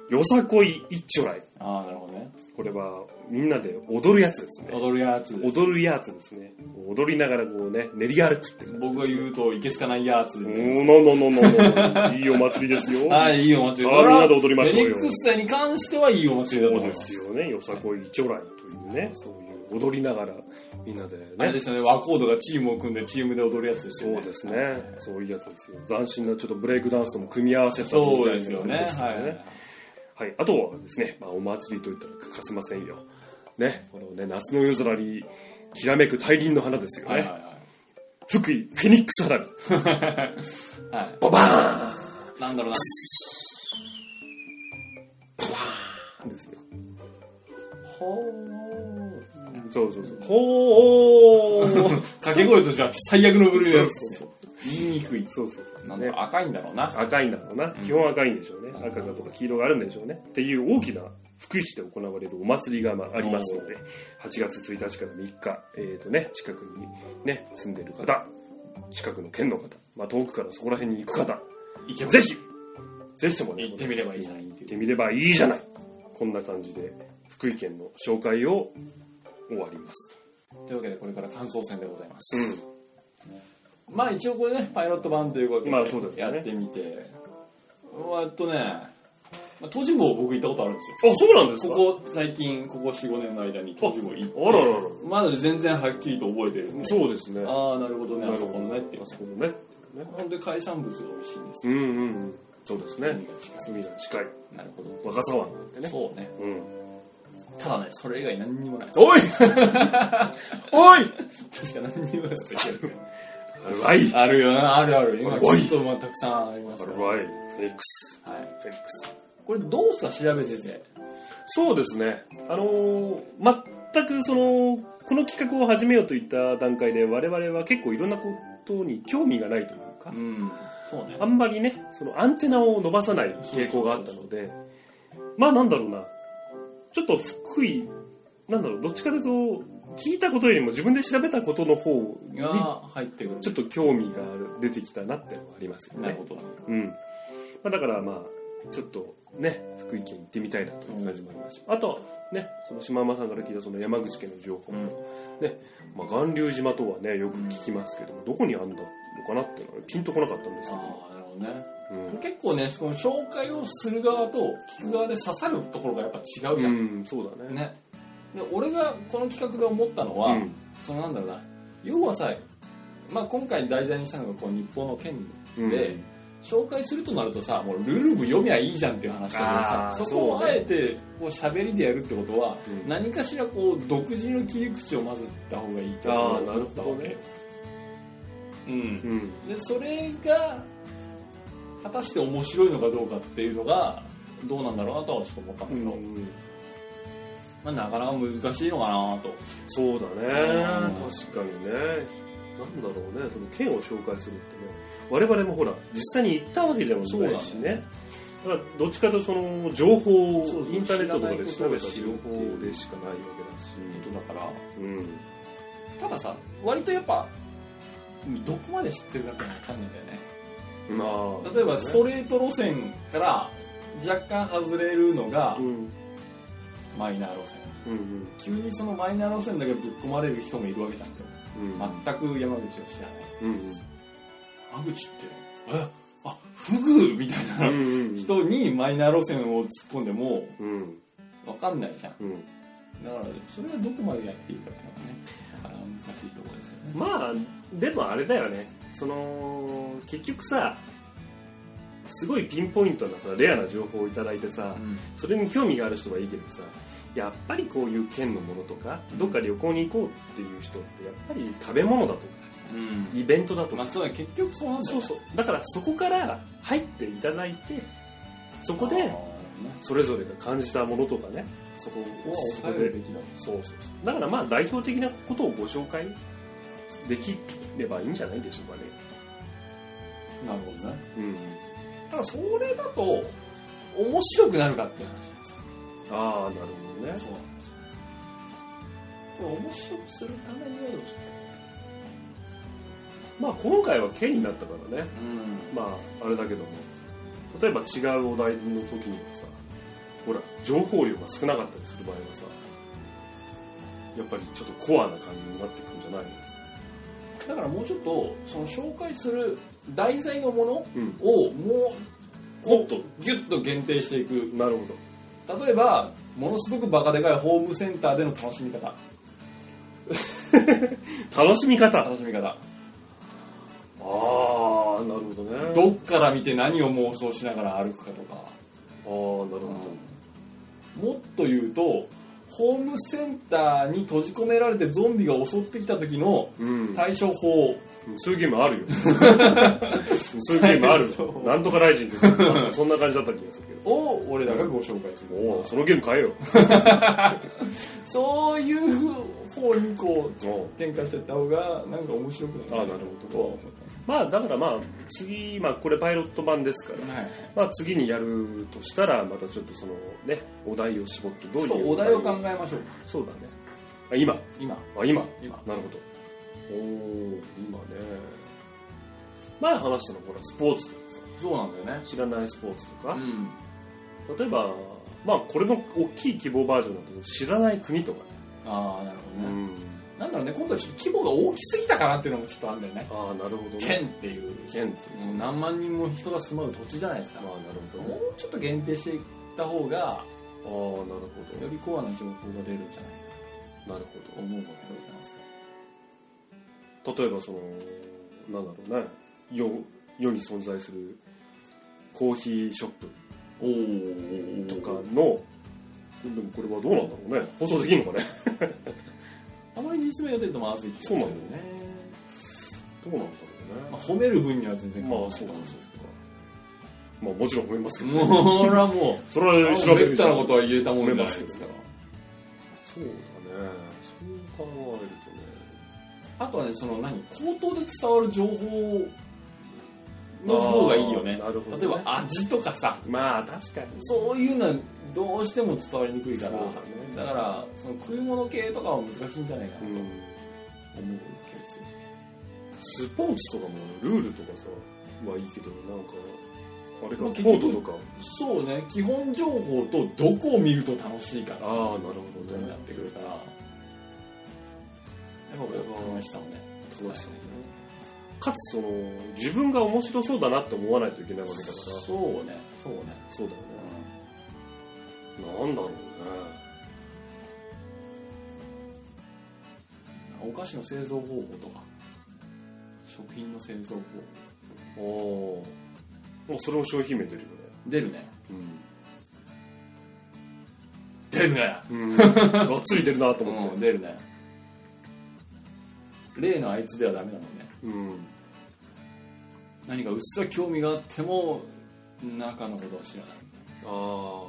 Speaker 1: よさこい一丁来
Speaker 2: ああなるほどね
Speaker 1: これはみんなで踊るやつですね
Speaker 2: 踊るやつ
Speaker 1: 踊るやつですね。踊りながらこうね、練り歩くって感じ。
Speaker 2: 僕が言うといけすかないやつ
Speaker 1: おーのののののいいお祭りですよ。
Speaker 2: ああいいお祭り
Speaker 1: さあみんなで踊りましょうよ
Speaker 2: フェニックス祭に関してはいいお祭り
Speaker 1: そう
Speaker 2: だと思い
Speaker 1: で
Speaker 2: ます
Speaker 1: すよね。よさこい一丁来というね、そういう踊りながらみんなで
Speaker 2: あれで
Speaker 1: ね。
Speaker 2: すよね、ワコードがチームを組んでチームで踊るやつですよ
Speaker 1: そ
Speaker 2: ね。
Speaker 1: うですね。そういうやつですよ。斬新なちょっとブレイクダンスとも組み合わせたみたいな
Speaker 2: そうですよね。
Speaker 1: 感じです
Speaker 2: は
Speaker 1: よ
Speaker 2: い。
Speaker 1: はい、あとはですね、まあ、お祭りといったら欠かせませんよ。ね、このね、夏の夜空にきらめく大輪の花ですよね。
Speaker 2: はいは
Speaker 1: 福井フェニックス花火。
Speaker 2: い。 は
Speaker 1: ババーン
Speaker 2: い。なんだろう
Speaker 1: ですよ。
Speaker 2: な。ほー。
Speaker 1: そうそうそう。ほー
Speaker 2: 掛け声としては最悪の部類で す。
Speaker 1: そうそう
Speaker 2: 言いにくい。
Speaker 1: そうそうそう
Speaker 2: なんだ
Speaker 1: ね
Speaker 2: ろう、赤いんだろうな。
Speaker 1: 赤いんだろうな。基本赤いんでしょうね。
Speaker 2: ん
Speaker 1: 赤だとか黄色があるんでしょうね。っていう大きな福井市で行われるお祭りがまあありますので、8月1日から3日、えっ、とね、近くにね、住んでる方、近くの県の方、まあ、遠くからそこら辺に行く方、
Speaker 2: 行けば
Speaker 1: ぜひ、ぜひともね、
Speaker 2: 行ってみればいいじゃない
Speaker 1: 行
Speaker 2: っ
Speaker 1: ってて
Speaker 2: いう。
Speaker 1: みればいいじゃない。こんな感じで、福井県の紹介を終わります。
Speaker 2: というわけで、これから感想戦でございます。
Speaker 1: うん。
Speaker 2: まあ一応これね、パイロット版ということで、
Speaker 1: まあそうですね
Speaker 2: やってみて。まあえっとね、まあ、都市部を僕行ったことあるんですよ。
Speaker 1: あ、そうなんですか
Speaker 2: ここ最近、ここ4、5年の間に都市部行って。
Speaker 1: あらららら。
Speaker 2: まだ全然はっきりと覚えてるんで。
Speaker 1: そうですね。
Speaker 2: ああ、なるほどね、
Speaker 1: なるほど
Speaker 2: あそこのねっていう
Speaker 1: あ。そこのね。
Speaker 2: 本当に海産物が美味しいんです
Speaker 1: う
Speaker 2: よ。
Speaker 1: んうんうん。そうですね。
Speaker 2: 海が近
Speaker 1: 海が近い。
Speaker 2: い。なるほど。
Speaker 1: 若狭湾なんてね。
Speaker 2: そうね。
Speaker 1: うん。
Speaker 2: ただね、それ以外何にもない。
Speaker 1: おい おい
Speaker 2: 確か何にもない。
Speaker 1: ライ
Speaker 2: あるよな、あるある。今、
Speaker 1: おい
Speaker 2: ちょっとまあたくさんありますから。は
Speaker 1: ライフェニックス。
Speaker 2: い。
Speaker 1: フェニックス。
Speaker 2: これどうすか調べてて。
Speaker 1: そうですね。あのー全くその、この企画を始めようといった段階で我々は結構いろんなことに興味がないというか
Speaker 2: う、ん。そうね
Speaker 1: あ。んまりね、そのアンテナを伸ばさない傾向があったので、まあなんだろうな、ちょっと福井、なんだろう、どっちかというと、聞いたことよりも自分で調べたことの方に、
Speaker 2: が入ってくる。
Speaker 1: ちょっと興味がある出てきたなってのはありますよ
Speaker 2: なる
Speaker 1: ね。
Speaker 2: ほど。なる
Speaker 1: うん。まあだからまあ、ちょっとね、福井県行ってみたいなという感じもありますし、あと、ね、その島山さんから聞いたその山口県の情報
Speaker 2: ほどうん。
Speaker 1: まあ、巌流島とはね、よく聞きますけども、どこにあんだのかなっていうのはピンとこなかったんですけど、
Speaker 2: ああ、なるほどね。
Speaker 1: うん
Speaker 2: これ結構ね、この紹介をする側と聞く側で刺さるところがやっぱ違うじゃん。
Speaker 1: うん、そうだね。
Speaker 2: ね。で、俺がこの企画で思ったのは、
Speaker 1: うん
Speaker 2: そのなんだろうな要はさ、まあ、今回題材にしたのがこう日本の件
Speaker 1: うん
Speaker 2: で、紹介するとなるとさもうルール部読みゃいいじゃんっていう話だけど
Speaker 1: あ
Speaker 2: さ
Speaker 1: ー
Speaker 2: そこ
Speaker 1: そ
Speaker 2: を
Speaker 1: う
Speaker 2: あ
Speaker 1: ね
Speaker 2: えてこう喋りでやるってことは、
Speaker 1: うん
Speaker 2: 何かしらこう独自の切り口をまずった方がいいと
Speaker 1: あー
Speaker 2: 思った
Speaker 1: な
Speaker 2: わ
Speaker 1: るほど
Speaker 2: け
Speaker 1: ね。
Speaker 2: うん
Speaker 1: うん、
Speaker 2: でそれが果たして面白いのかどうかっていうのがどうなんだろうなとはちょっと思ったんだけど、まあ、なかなか難しいのかなと
Speaker 1: そうだね
Speaker 2: うん
Speaker 1: 確かにねなんだろうねその県を紹介するってね我々もほら実際に行ったわけでもないしねだからどっちかというとその情報を
Speaker 2: そうそう
Speaker 1: インターネットとかで調べた
Speaker 2: 知
Speaker 1: 情
Speaker 2: らないことを知るっていう
Speaker 1: 報でしかないわけだし、
Speaker 2: いうことだから。
Speaker 1: うん、
Speaker 2: たださ割とやっぱどこまで知ってるかってわかんないんだよね
Speaker 1: まあ
Speaker 2: 例えばストレート路線から若干外れるのが
Speaker 1: うんうん
Speaker 2: マイナー路線
Speaker 1: うん
Speaker 2: 急にそのマイナー路線だけぶっ込まれる人もいるわけじゃんけど
Speaker 1: うん
Speaker 2: 全く山口を知らない
Speaker 1: うん
Speaker 2: 山口ってえあフグみたいな
Speaker 1: うん
Speaker 2: 人にマイナー路線を突っ込んでも
Speaker 1: うん
Speaker 2: わかんないじゃん
Speaker 1: うん
Speaker 2: だからそれはどこまでやっていいかっていうのがねなかなか難しいところですよね
Speaker 1: まあでもあれだよねその結局さすごいピンポイントなさレアな情報をいただいてさ、それに興味がある人はいいけどさやっぱりこういう県のものとかどっか旅行に行こうっていう人ってやっぱり食べ物だとか
Speaker 2: うん
Speaker 1: イベントだと
Speaker 2: ま
Speaker 1: か
Speaker 2: あそうだね結局そうなんだよ
Speaker 1: そう
Speaker 2: ね
Speaker 1: そうだからそこから入っていただいてそこ
Speaker 2: あーなる
Speaker 1: で
Speaker 2: ほどね
Speaker 1: それぞれが感じたものとかねそこ
Speaker 2: ここは抑えるべきだ
Speaker 1: そうそうそうだからまあ代表的なことをご紹介できればいいんじゃないでしょうかね
Speaker 2: なるほどね
Speaker 1: うん
Speaker 2: ただそれだと面白くなるかっていう話なんですよ
Speaker 1: ああなるほどね
Speaker 2: そうなんですよこれ面白くするためにはどうしたらいい
Speaker 1: まあ今回は県になったからね
Speaker 2: うん
Speaker 1: まああれだけども例えば違うお題の時にはさほら情報量が少なかったりする場合はさやっぱりちょっとコアな感じになってくるんじゃないの
Speaker 2: だからもうちょっとその紹介する題材のもの
Speaker 1: うん
Speaker 2: をもうもっとギュッと限定していく
Speaker 1: なるほど
Speaker 2: 例えばものすごくバカでかいホームセンターでの楽しみ方
Speaker 1: 楽しみ方あ
Speaker 2: 楽しみ方
Speaker 1: あなるほどねああなる
Speaker 2: どっから見て何を妄想しながら歩くかとか、
Speaker 1: ほど
Speaker 2: もっと言うとホームセンターに閉じ込められてゾンビが襲ってきた時の
Speaker 1: うん、
Speaker 2: 対処法
Speaker 1: そういうゲームあるよそういうゲームある
Speaker 2: そう
Speaker 1: なんとかライジング確かそんな感じだった気がするけど
Speaker 2: を俺らがご紹介する、
Speaker 1: おおそのゲーム変えよ
Speaker 2: そういう方にこう
Speaker 1: うおう
Speaker 2: 転換していった方がなんか面白くなる
Speaker 1: あなるほど
Speaker 2: とは思っ
Speaker 1: まあだからまあ次、まあ、これパイロット版ですから
Speaker 2: た、はい
Speaker 1: まあ、次にやるとしたらまたちょっとそのねお題を絞ってどう
Speaker 2: ちょ
Speaker 1: い
Speaker 2: っと
Speaker 1: う
Speaker 2: お題を考えましょう
Speaker 1: そうだねあ今
Speaker 2: 今
Speaker 1: あ今
Speaker 2: 今
Speaker 1: なるほどおお今ね前話したのほらスポーツとかさ
Speaker 2: そうなんだよね
Speaker 1: 知らないスポーツとか、
Speaker 2: うん
Speaker 1: 例えばまあこれの大きい希望バージョンだと知らない国とかね、
Speaker 2: ああなるほどね、
Speaker 1: ん、
Speaker 2: なんだろうね今回ちょっと規模が大きすぎたかなっていうのもちょっとあるんだよね
Speaker 1: ああなるほどね
Speaker 2: 県っていう
Speaker 1: 県と
Speaker 2: もう何万人も人が住まう土地じゃないですか
Speaker 1: ああ
Speaker 2: も
Speaker 1: なるほどね
Speaker 2: うちょっと限定していった方が
Speaker 1: ああなるほ
Speaker 2: よりコアな情報が出るんじゃないか
Speaker 1: どなる
Speaker 2: と思うわけでございます
Speaker 1: ほど例えばそのなんだろうね世世に存在するコーヒーショップ
Speaker 2: おお
Speaker 1: とかの、でもこれはどうなんだろうね。放送できるのかね。
Speaker 2: あまり実名が出るとまずい気がするよね
Speaker 1: どうなんだろ
Speaker 2: まあ、褒める分には全
Speaker 1: う
Speaker 2: 然
Speaker 1: ね。まあ、そうか、そうか。まあ、もちろん褒めますけど、
Speaker 2: もうほらも
Speaker 1: それは
Speaker 2: う
Speaker 1: 調べる
Speaker 2: めったなことは言えたもんじゃないですから
Speaker 1: そうだね。そう考えるとね。
Speaker 2: あとはねその何口頭で伝わる情報の方がいいよね
Speaker 1: あーなるほどね
Speaker 2: 例えば味とかさ
Speaker 1: まあ、確かに。
Speaker 2: そういうのはどうしても伝わりにくいから
Speaker 1: そうだ
Speaker 2: だ
Speaker 1: ね
Speaker 2: からその食い物系とかは難しいんじゃないかな
Speaker 1: う
Speaker 2: と
Speaker 1: ん。
Speaker 2: 思うわけですよ、
Speaker 1: スポーツとかもルールとかさ、はいいけど、なんか、あれか、
Speaker 2: まあ結
Speaker 1: コ
Speaker 2: 局
Speaker 1: ートとか。
Speaker 2: そうね基本情報とどこを見ると楽しいか
Speaker 1: あ
Speaker 2: ら
Speaker 1: あ、なるほ
Speaker 2: こと
Speaker 1: ど
Speaker 2: にな
Speaker 1: ね
Speaker 2: っ。てくるからやっぱ俺は楽しさをね
Speaker 1: 楽しさをねかつ、その、自分が面白そうだなって思わないといけないわけだから。
Speaker 2: そうねそうね、
Speaker 1: そうだよね。なんだろうね。
Speaker 2: うんお菓子の製造方法とか食品の製造方法
Speaker 1: おお。もうそれも商品名出るよね。
Speaker 2: 出るね出るね
Speaker 1: うん。がっつり出るなと思っ
Speaker 2: うん
Speaker 1: て。
Speaker 2: 出るね例のあいつではダメだもんね
Speaker 1: うん。
Speaker 2: 何かうっすら興味があっても中のことは知らない
Speaker 1: あ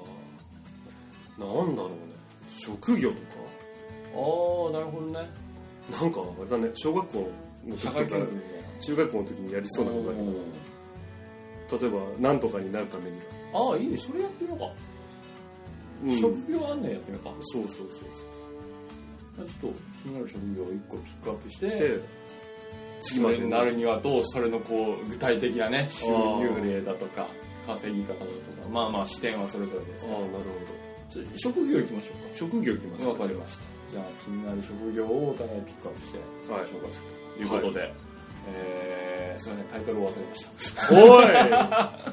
Speaker 1: あ。なんだろうね。職業と
Speaker 2: ああなるほどね
Speaker 1: かなんかあれだね、小学校の時
Speaker 2: 社
Speaker 1: と
Speaker 2: 会
Speaker 1: か
Speaker 2: 見学みたい
Speaker 1: 中学校の時にやりそうなことだけ
Speaker 2: な
Speaker 1: ど、例えば何とかになるために。
Speaker 2: ああいいねそれやってみようか、
Speaker 1: うん。そう
Speaker 2: 職業案内やってみようか
Speaker 1: そうそうそ
Speaker 2: ちょっと気になる職業を1個ピックアップし
Speaker 1: う。
Speaker 2: て
Speaker 1: で、次
Speaker 2: そ
Speaker 1: ま
Speaker 2: れ
Speaker 1: で
Speaker 2: になるにはどうそれのこう具体的なね収入例だとか稼ぎ方だとかまあまあ視点はそれぞれで
Speaker 1: あ
Speaker 2: す
Speaker 1: あ、
Speaker 2: け
Speaker 1: な
Speaker 2: ど
Speaker 1: るほど。
Speaker 2: ちょ職業いきましょうか
Speaker 1: 職業いきます
Speaker 2: わかりました。じゃあ気になる職業をお互いピックアップして
Speaker 1: た。はい。
Speaker 2: 紹介するということで、えー、すいませんタイトルを忘れまし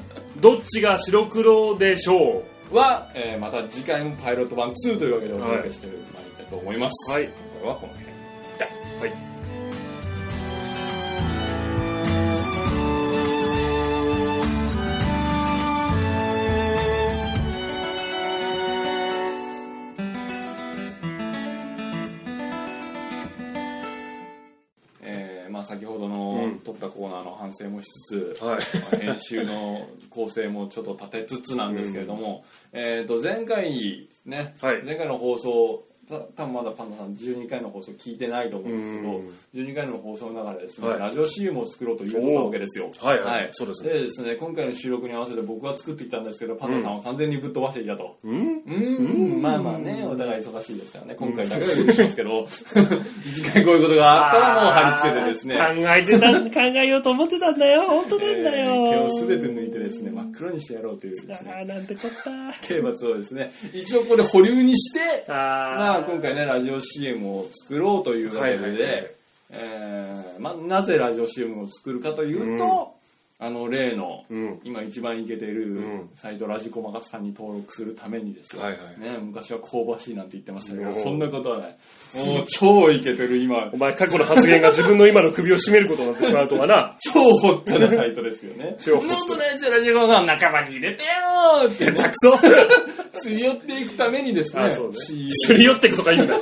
Speaker 1: おいどっちが白黒でしょう
Speaker 2: たは、えー、また次回もパイロット版2というわけでお届けしてまいりたいと思います、
Speaker 1: はい
Speaker 2: 今回はこの辺
Speaker 1: はい。
Speaker 2: あの反省もしつつ、
Speaker 1: はい
Speaker 2: まあ編集の構成もちょっと立てつつなんですけれども、えー、と前回ね、
Speaker 1: はい
Speaker 2: 前回の放送た多分まだパンダさん12回の放送聞いてないと思うんですけど、
Speaker 1: うん
Speaker 2: 12回の放送の中でですね、
Speaker 1: はい
Speaker 2: ラジオ CM を作ろうということなわけですよ。
Speaker 1: はいはいそうですね
Speaker 2: でですね、今回の収録に合わせて僕は作っていたんですけど、パンダさんは完全にぶっ飛ばしていたと。
Speaker 1: うん
Speaker 2: うーん、まあまあね、お互い忙しいですからね、今回だけは許しますけど、 次回こういうことがあったらもう貼り付けてですね、
Speaker 1: 考えてた、考えようと思ってたんだよ。本当なんだ
Speaker 2: えー毛
Speaker 1: よ。
Speaker 2: をすべて抜いてですね、真っ黒にしてやろうというです
Speaker 1: あ
Speaker 2: ね、
Speaker 1: あ、なんてこった。
Speaker 2: 刑罰をですね、一応ここで保留にして、ま
Speaker 1: あ
Speaker 2: あ今回ね、ラジオ CM を作ろうというわけ
Speaker 1: はいはいはいはい
Speaker 2: で、えーまあなぜラジオ CM を作るかというと、あの例の、
Speaker 1: うん。
Speaker 2: 今一番イケて
Speaker 1: う
Speaker 2: る
Speaker 1: ん
Speaker 2: サイトラジコマガさんに登録するためにですよ、
Speaker 1: はいはい
Speaker 2: ね、昔は香ばしいなんて言ってましたけ
Speaker 1: お
Speaker 2: ど
Speaker 1: ー
Speaker 2: そんなことはないもう超イケてる今
Speaker 1: お前、過去の発言が自分の今の首を絞めることになってしまうとはな。
Speaker 2: 超ホットなサイトですよ ね
Speaker 1: 超ホット
Speaker 2: ノートのやつラジコマガの仲間に入れてよーって
Speaker 1: たくそ
Speaker 2: すり寄っていくためにですね
Speaker 1: あそうね
Speaker 2: CM
Speaker 1: すり寄ってくとか言うな。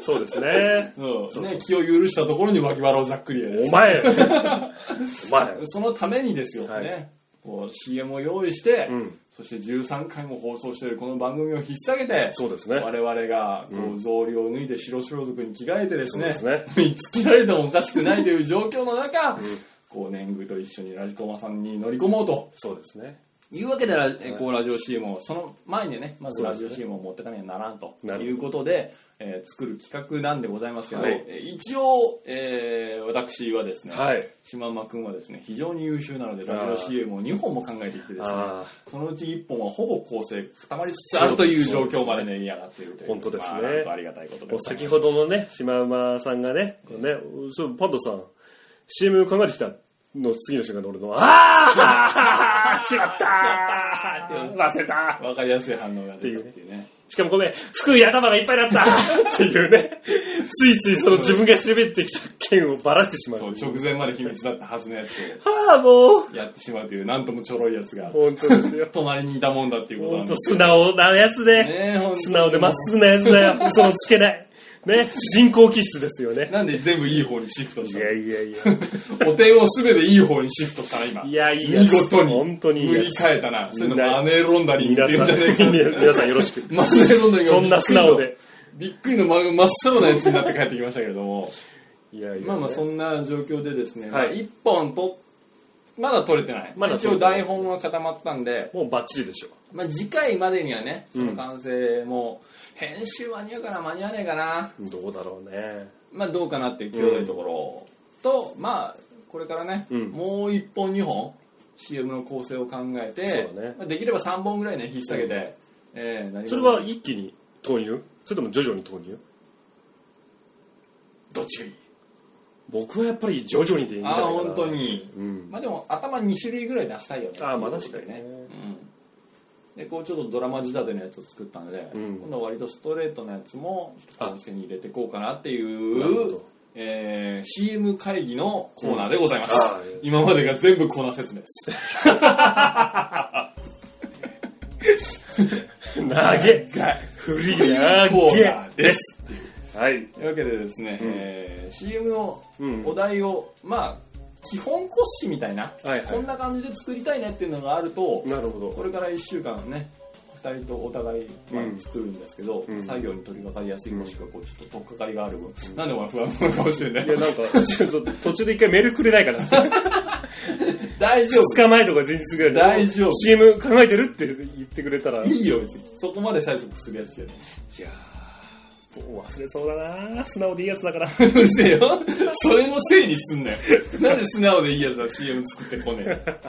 Speaker 1: そうですね。
Speaker 2: うんね、気を許したところに脇腹をざっくりやる
Speaker 1: お前。お前。
Speaker 2: そのためにですよね、
Speaker 1: はい
Speaker 2: こう CM を用意して、
Speaker 1: うん
Speaker 2: そして13回も放送しているこの番組を引っ提げて
Speaker 1: そうですね。
Speaker 2: 我々がこう草履を脱いで白装束に着替えてです
Speaker 1: そうで
Speaker 2: ね
Speaker 1: すね。
Speaker 2: 見つけられてもおかしくないという状況の中、こう年貢と一緒にラジコマさんに乗り込もうと
Speaker 1: そうですね。
Speaker 2: いうわけでラ,、えこうラジオ CM をその前にねまずラジ
Speaker 1: そ
Speaker 2: オ
Speaker 1: うです
Speaker 2: CM を持ってかにはならんと
Speaker 1: なるほど
Speaker 2: いうことで、えー作る企画なんでございますけど、
Speaker 1: はい
Speaker 2: えー一応、えー私はですね、
Speaker 1: はい。
Speaker 2: 島間君はですね非常に優秀なのでラジオ CM を2本も考えていてですね
Speaker 1: あー
Speaker 2: そのうち1本はほぼ構成固まりつつあるという状況までね、やがっているという
Speaker 1: 本当ですね
Speaker 2: まあなんとありがたいことで
Speaker 1: も
Speaker 2: ご
Speaker 1: う
Speaker 2: ざいます
Speaker 1: 先ほどのね、シマウマさんがね、こうね、そう、パンダさん、CM 考えてきたの次の瞬間の俺の、あーしまったー 忘れた
Speaker 2: わかりやすい反応が出たっていうね。
Speaker 1: しかもごめん、服や頭がいっぱいだったっていうね、ついついその自分が調べてきた件をばらしてしまう
Speaker 2: そう、。直前まで秘密だったはずのやつ
Speaker 1: はあ、もう、
Speaker 2: をやってしまうという、なんともちょろいやつが、
Speaker 1: 本当ですよ。
Speaker 2: 隣にいたもんだっていうことな
Speaker 1: 本
Speaker 2: ん
Speaker 1: 当
Speaker 2: です
Speaker 1: 素直なやつで、
Speaker 2: ねえほんと
Speaker 1: 素直でまっすぐなやつだよ。嘘をつけない。ね、主人公気質ですよね。
Speaker 2: なんで全部いい方にシフト
Speaker 1: い
Speaker 2: した
Speaker 1: やいやいや。
Speaker 2: のお手をすべていい方にシフトしたら今。
Speaker 1: いやいや、
Speaker 2: 見事に。
Speaker 1: 本当にいい
Speaker 2: 無
Speaker 1: や
Speaker 2: 理変えたな。そういうの
Speaker 1: みんな
Speaker 2: マネーロンダリング
Speaker 1: 皆
Speaker 2: って言うん
Speaker 1: さ
Speaker 2: じゃ
Speaker 1: ん、
Speaker 2: ねえか。
Speaker 1: 皆さんよろしく。
Speaker 2: マネーロンダリングが
Speaker 1: そんな素直で。
Speaker 2: びっくりの。びっくりのま真っ青なやつになって帰ってきましたけれど も。
Speaker 1: いやいや。
Speaker 2: まあまあそんな状況でですね、
Speaker 1: い
Speaker 2: まあ一本と、まだ取れてない。
Speaker 1: まだ
Speaker 2: 一
Speaker 1: 取れ
Speaker 2: 応
Speaker 1: てない
Speaker 2: 台本は固まったんで、
Speaker 1: もうバッチリでしょ。
Speaker 2: まあ、次回までにはねそ
Speaker 1: うん
Speaker 2: の完成も、編集間に合うかな間に合わねえかな、
Speaker 1: どうだろうね。
Speaker 2: まあ、どうかなっていう際どいところと、まあこれからね、
Speaker 1: うん
Speaker 2: もう1本2本 CM の構成を考えて
Speaker 1: そうだね
Speaker 2: まあ、できれば3本ぐらいね引っ提げて、えー何も
Speaker 1: それは一気に投入それとも徐々に投入
Speaker 2: どっちがいい
Speaker 1: 僕はやっぱり徐々にでいいんじゃな
Speaker 2: あ
Speaker 1: いか
Speaker 2: あ
Speaker 1: な。
Speaker 2: 本当。に、
Speaker 1: うん。
Speaker 2: まあでも頭2種類ぐらい出したいよね
Speaker 1: あーまあ
Speaker 2: っていうこと
Speaker 1: 確
Speaker 2: で
Speaker 1: かにね
Speaker 2: うん、でこうちょっとドラマ仕立てのやつを作ったので、
Speaker 1: うん
Speaker 2: 今度は割とストレートのやつもちょっと
Speaker 1: あ
Speaker 2: 音声に入れていこうかなって
Speaker 1: なるほ
Speaker 2: いう
Speaker 1: ど、
Speaker 2: えー CM 会議のコーナーでございます、
Speaker 1: うんあー
Speaker 2: 今までが全部コーナー説明です
Speaker 1: 投げ
Speaker 2: はい
Speaker 1: 振り
Speaker 2: コ
Speaker 1: が
Speaker 2: ーナーです
Speaker 1: はい。
Speaker 2: というわけでですね、
Speaker 1: うん
Speaker 2: えー CM の
Speaker 1: うん
Speaker 2: お題を、まあ基本骨子みたいな、
Speaker 1: はいはい
Speaker 2: こんな感じで作りたいねっていうのがあると、
Speaker 1: なるほど。
Speaker 2: これから1週間ね2人とお互い、まあ
Speaker 1: うん
Speaker 2: 作るんですけど、
Speaker 1: ん
Speaker 2: 作業に取り掛かりやすいもしくはこうちょっと取っかかりがある分、なんでお前不安な顔してんだ
Speaker 1: いや、
Speaker 2: よ
Speaker 1: なんか、ちょっと途中で一回メールくれないかな。
Speaker 2: 大丈
Speaker 1: 2日前とか前日ぐらいで
Speaker 2: 大丈夫
Speaker 1: CM 考えてるって言ってくれたら。
Speaker 2: 夫
Speaker 1: い
Speaker 2: いいよ別にそこまで催促するやつじゃない
Speaker 1: やーもう忘れそうだな素直でいいやつだから。
Speaker 2: うるせえよそれのせいにすんなよなんで素直でいいやつは CM 作ってこねえ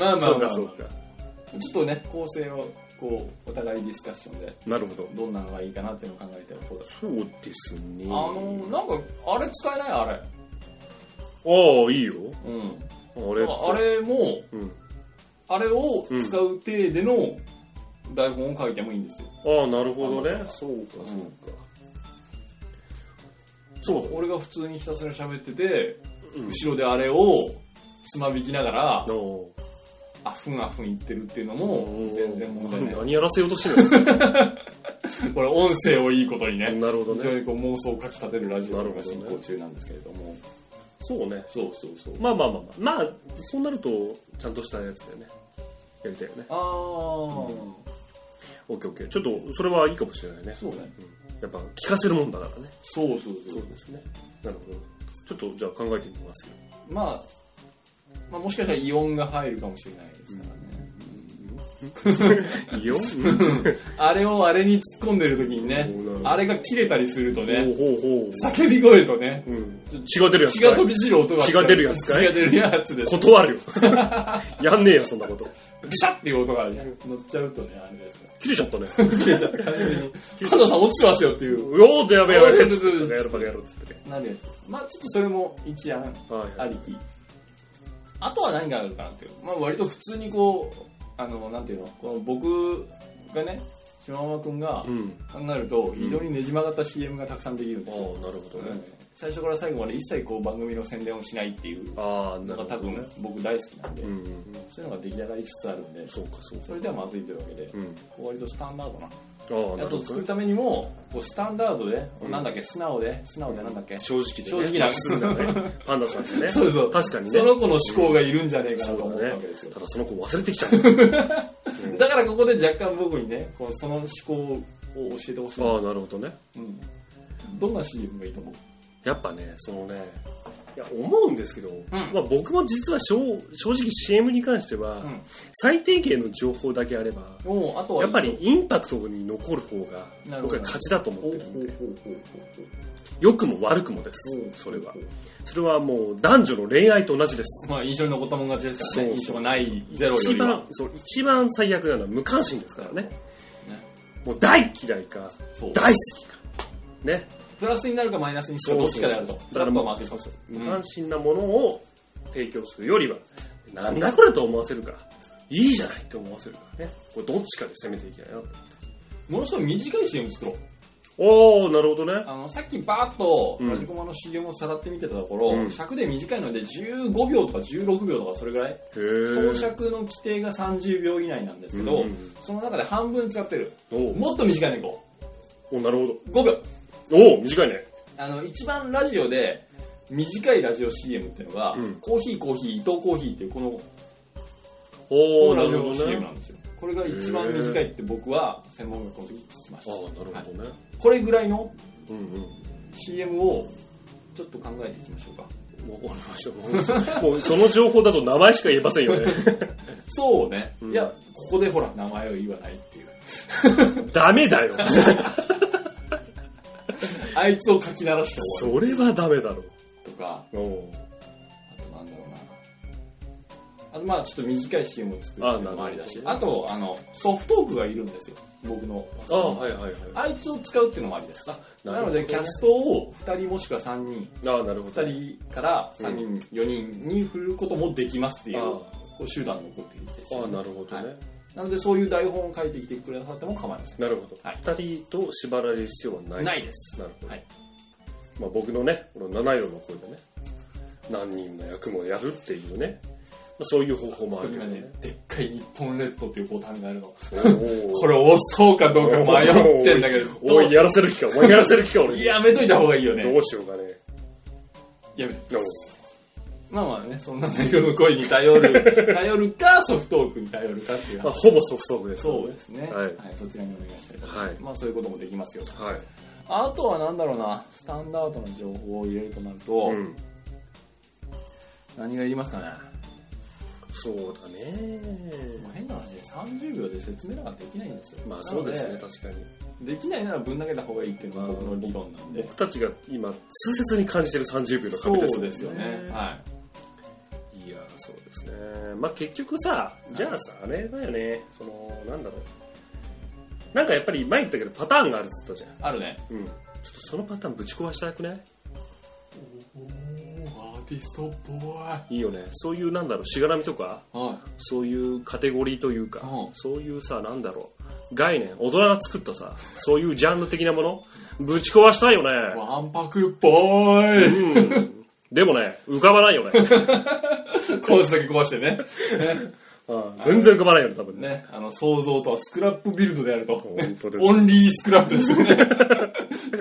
Speaker 2: のまあまあ
Speaker 1: そう
Speaker 2: ま
Speaker 1: か
Speaker 2: あ、まあ
Speaker 1: そうか。
Speaker 2: ちょっとね構成をこうお互いディスカッションで
Speaker 1: なるほど。
Speaker 2: どんなのがいいかなっていうのを考えておこうだ
Speaker 1: そうですね。
Speaker 2: あのなんかあれ使えないあれ
Speaker 1: ああ、いいよ。
Speaker 2: うん
Speaker 1: あれ
Speaker 2: なんかあれも
Speaker 1: うん。
Speaker 2: あれを使う体での台本を書いてもいいんですよ。
Speaker 1: ああ、なるほど
Speaker 2: あ
Speaker 1: ね
Speaker 2: の。
Speaker 1: そうか、そう
Speaker 2: うん
Speaker 1: か。そうだ。
Speaker 2: 俺が普通にひたすら喋ってて、
Speaker 1: うん
Speaker 2: 後ろであれをつまびきながら、
Speaker 1: お
Speaker 2: あふんあふん言ってるっていうの
Speaker 1: ー
Speaker 2: も全然問題ない。
Speaker 1: 何やらせようとして る
Speaker 2: これ音声をいいことにね、
Speaker 1: のなるほど
Speaker 2: 非常
Speaker 1: ね。
Speaker 2: にこう妄想をかき立てるラジオ
Speaker 1: なる
Speaker 2: が
Speaker 1: ほど
Speaker 2: 進
Speaker 1: ね
Speaker 2: 行中なんですけれども、
Speaker 1: そうね。
Speaker 2: そうそうそう。
Speaker 1: まあまあまあまあ。まあ、そうなると、ちゃんとしたやつだよね。やりたいよね。
Speaker 2: ああ、
Speaker 1: オッケーオッケー。ちょっと、それはいいかもしれないね。
Speaker 2: そうね。
Speaker 1: やっぱ、聞かせるもんだからね。
Speaker 2: そうそうそう。
Speaker 1: ですね。なるほど。ちょっと、じゃあ考えてみます よ。
Speaker 2: まあ、まあもしかしたら異音が入るかもしれないですからね。
Speaker 1: いいよ。
Speaker 2: あれをあれに突っ込んでる時にね
Speaker 1: そうな、の
Speaker 2: あれが切れたりするとね、
Speaker 1: ほうほうほう。
Speaker 2: 叫び声とね、
Speaker 1: うん。血が出るやつ
Speaker 2: 血
Speaker 1: かい
Speaker 2: が飛び散る音が
Speaker 1: 血が出るやつかい
Speaker 2: 血が出るやつです。
Speaker 1: 断るよ。 やんねえよ、そんなこと。
Speaker 2: ビシャっていう音がね乗っちゃうとね、あれですね。
Speaker 1: 切れちゃったね。
Speaker 2: 切れちゃって完全に、加藤さん落ちてますよっていう。
Speaker 1: うおーってやべえやべえ。
Speaker 2: そうそうそう
Speaker 1: やるばかやろうって言ってね。
Speaker 2: なるやつです。まあちょっとそれも一案
Speaker 1: はい
Speaker 2: ありき。あとは何があるかなっていう。まあ割と普通にこう、あの、なんていうの、この僕がね、島山くんが
Speaker 1: うん。
Speaker 2: 考えると、非常にねじ曲がった CM がたくさんできるん
Speaker 1: あ
Speaker 2: で
Speaker 1: あ、
Speaker 2: す
Speaker 1: な
Speaker 2: よ。
Speaker 1: るほど
Speaker 2: う
Speaker 1: ね
Speaker 2: ん。最初から最後まで一切こう番組の宣伝をしないっていう
Speaker 1: ああ、な
Speaker 2: の
Speaker 1: るほ
Speaker 2: が多
Speaker 1: どね
Speaker 2: 分。僕大好きなんで、
Speaker 1: うんうん。
Speaker 2: そういうのが出来上がりつつあるんで、
Speaker 1: そうか、そうか。
Speaker 2: それではまずいというわけで、
Speaker 1: うん。
Speaker 2: こう割とスタンダードな。
Speaker 1: ああ、な
Speaker 2: あ
Speaker 1: るほ
Speaker 2: と
Speaker 1: ど
Speaker 2: 作る
Speaker 1: ね。
Speaker 2: ためにも、こうスタンダードで、
Speaker 1: うん
Speaker 2: なんだっけ、素直で、素直でなんだっけ、
Speaker 1: 正直でね。
Speaker 2: 正直な
Speaker 1: まっすぐな ね。パンダさんでね。
Speaker 2: そうそう
Speaker 1: 確かにね
Speaker 2: そ。の子の思考がいるんじゃねえかなと思ったわけですよ。
Speaker 1: ただその子忘れてき ちゃう。
Speaker 2: だからここで若干僕にね、こうその思考を教えてほしい。
Speaker 1: ああ、なるほどね。
Speaker 2: うんどんな CM がいいと思う
Speaker 1: やっぱね、そのね、いや、思うんですけど、まあ僕も実は正正直 CM に関しては
Speaker 2: うん、
Speaker 1: 最低限の情報だけあれば、
Speaker 2: もうあとは
Speaker 1: やっぱりインパクトに残る方が
Speaker 2: なるほど
Speaker 1: 僕は勝ちだと思
Speaker 2: ほ
Speaker 1: っ
Speaker 2: うほ
Speaker 1: てる
Speaker 2: うほ
Speaker 1: ん
Speaker 2: う
Speaker 1: で
Speaker 2: ほう
Speaker 1: 良くも悪くもです
Speaker 2: ほう
Speaker 1: それはそれはもう男女の恋愛と同じです
Speaker 2: まあ印象に残ったもん勝ちですか
Speaker 1: そ
Speaker 2: らね
Speaker 1: う
Speaker 2: 印象がないゼロよ
Speaker 1: 一
Speaker 2: りは
Speaker 1: 番そう一番最悪なのは無関心ですからねもう大嫌いか
Speaker 2: そう
Speaker 1: 大好きかね
Speaker 2: プラスになるかマイナスにするかどっちかであると
Speaker 1: だから
Speaker 2: やっ
Speaker 1: も
Speaker 2: ぱ
Speaker 1: う
Speaker 2: まずいと
Speaker 1: 無関心なものを提供するよりはなんだこれと思わせるかいいじゃないって思わせるからねこれどっちかで攻めていきたいな
Speaker 2: ものすごい短い CM 作ろう
Speaker 1: おおなるほどね
Speaker 2: あのさっきバーッと
Speaker 1: うん
Speaker 2: ラジコマの CM をさらってみてたところ、
Speaker 1: うん
Speaker 2: 尺で短いので15秒とか16秒とかそれぐらい
Speaker 1: へえ
Speaker 2: 総尺の規定が30秒以内なんですけど、
Speaker 1: うん
Speaker 2: その中で半分使ってる
Speaker 1: おー
Speaker 2: もっと短いのいこ
Speaker 1: おーなるほど
Speaker 2: う5秒
Speaker 1: おお短いね
Speaker 2: あの一番ラジオで短いラジオ CM っていうのが、
Speaker 1: うん
Speaker 2: コーヒーコーヒー伊藤コーヒーっていうこの
Speaker 1: お
Speaker 2: こ
Speaker 1: お
Speaker 2: の
Speaker 1: な
Speaker 2: ラジ
Speaker 1: る
Speaker 2: オ
Speaker 1: ほ
Speaker 2: の
Speaker 1: どね
Speaker 2: CM なんですよこれが一番短いって僕は専門学校の時に聞きまし
Speaker 1: あ
Speaker 2: た
Speaker 1: あ、なるほどね。
Speaker 2: これぐらいの
Speaker 1: うん
Speaker 2: CM をちょっと考えていきましょうか
Speaker 1: うん。わかりました。もうその情報だと名前しか言えませんよね。
Speaker 2: そうね、
Speaker 1: うん
Speaker 2: いやここでほら名前を言わないっていう
Speaker 1: ダメだよ。
Speaker 2: あいつを書き鳴らして終わ
Speaker 1: それはダメだろ
Speaker 2: るとか
Speaker 1: う。お
Speaker 2: あとなんだろうなあとまあちょっと短い CM を作る
Speaker 1: あ
Speaker 2: っていうのもありだし
Speaker 1: な
Speaker 2: あ
Speaker 1: る
Speaker 2: とあのソフトークがいるんですよ僕の
Speaker 1: ああ、はいはいはい。
Speaker 2: あいつを使うっていうのもありです
Speaker 1: な
Speaker 2: な,、
Speaker 1: るほ
Speaker 2: の
Speaker 1: どね
Speaker 2: でキャストを2人もしくは3人
Speaker 1: ああ、なるほど。
Speaker 2: 2人から3人、4人に振ることもできますっていう
Speaker 1: あ
Speaker 2: こう集団の攻撃です
Speaker 1: あああ、なるほどね。
Speaker 2: はいなのでそういう台本を書いてきてくださっても構いません
Speaker 1: なるほど。
Speaker 2: はい
Speaker 1: 二人と縛られる必要はない。
Speaker 2: ないです
Speaker 1: なるほど。
Speaker 2: はい
Speaker 1: まあ僕のね、この七色の声でね、何人の役もやるっていうね、まあ、そういう方法もあ
Speaker 2: こ
Speaker 1: る
Speaker 2: れ
Speaker 1: け
Speaker 2: に
Speaker 1: ど
Speaker 2: は
Speaker 1: ね
Speaker 2: ね。でっかい日本列島っていうボタンがあるの
Speaker 1: こ
Speaker 2: これ押そうかどうか迷ってんだけどど
Speaker 1: お
Speaker 2: う
Speaker 1: い、やらせる気か。お前やらせる気か、俺。
Speaker 2: やめといた方がいいよ
Speaker 1: ど
Speaker 2: ね
Speaker 1: うしようかね。
Speaker 2: やめ
Speaker 1: どう
Speaker 2: まあまあねそんな内容の声に頼 る頼るかソフトークに頼るかっていう
Speaker 1: まあ、ほ
Speaker 2: 話
Speaker 1: ぼソフトオフです、
Speaker 2: そうですね、
Speaker 1: はい
Speaker 2: そちらにお願いしたいと思いま
Speaker 1: は
Speaker 2: す、
Speaker 1: い
Speaker 2: まあそういうこともできますよと
Speaker 1: はい。
Speaker 2: あとはなんだろうな、スタンダードな情報を入れるとなると、
Speaker 1: うん。
Speaker 2: 何がいりますかね。
Speaker 1: そうだね。
Speaker 2: もう変な話で30秒で説明なんかできないんですよ。
Speaker 1: まあそうです
Speaker 2: な
Speaker 1: ね、
Speaker 2: の
Speaker 1: 確かに。
Speaker 2: できないならぶん投げた方がいいっていうのが僕の理論なんで。
Speaker 1: 僕たちが今、痛切に感じてる30秒の
Speaker 2: そ
Speaker 1: 壁です。
Speaker 2: うですよね。はい
Speaker 1: いや、そうですね。まあ結局さ、じゃあさ、あれだよね。その、なんだろう。なんかやっぱり前言ったけどパターンがあるって言ったじゃん
Speaker 2: い。。あるね。
Speaker 1: うん。ちょっとそのパターンぶち壊したくない
Speaker 2: アーティストボー
Speaker 1: いいよね。そういう、なんだろう、しがらみとか、
Speaker 2: イ。は
Speaker 1: そういうカテゴリーというか、
Speaker 2: うん
Speaker 1: そういうさ、なんだろう、概念、大人が作ったさ、そういうジャンル的なもの、ぶち壊したいよ
Speaker 2: い。
Speaker 1: ね。
Speaker 2: ワンパクボーイ
Speaker 1: うん。でもね、浮かばないよね。
Speaker 2: コースだけ壊してね。
Speaker 1: 全然浮かばないよね、多分ね。
Speaker 2: ね、あの、想像とはスクラップビルドであると。
Speaker 1: 本当です
Speaker 2: オンリースクラップです よね。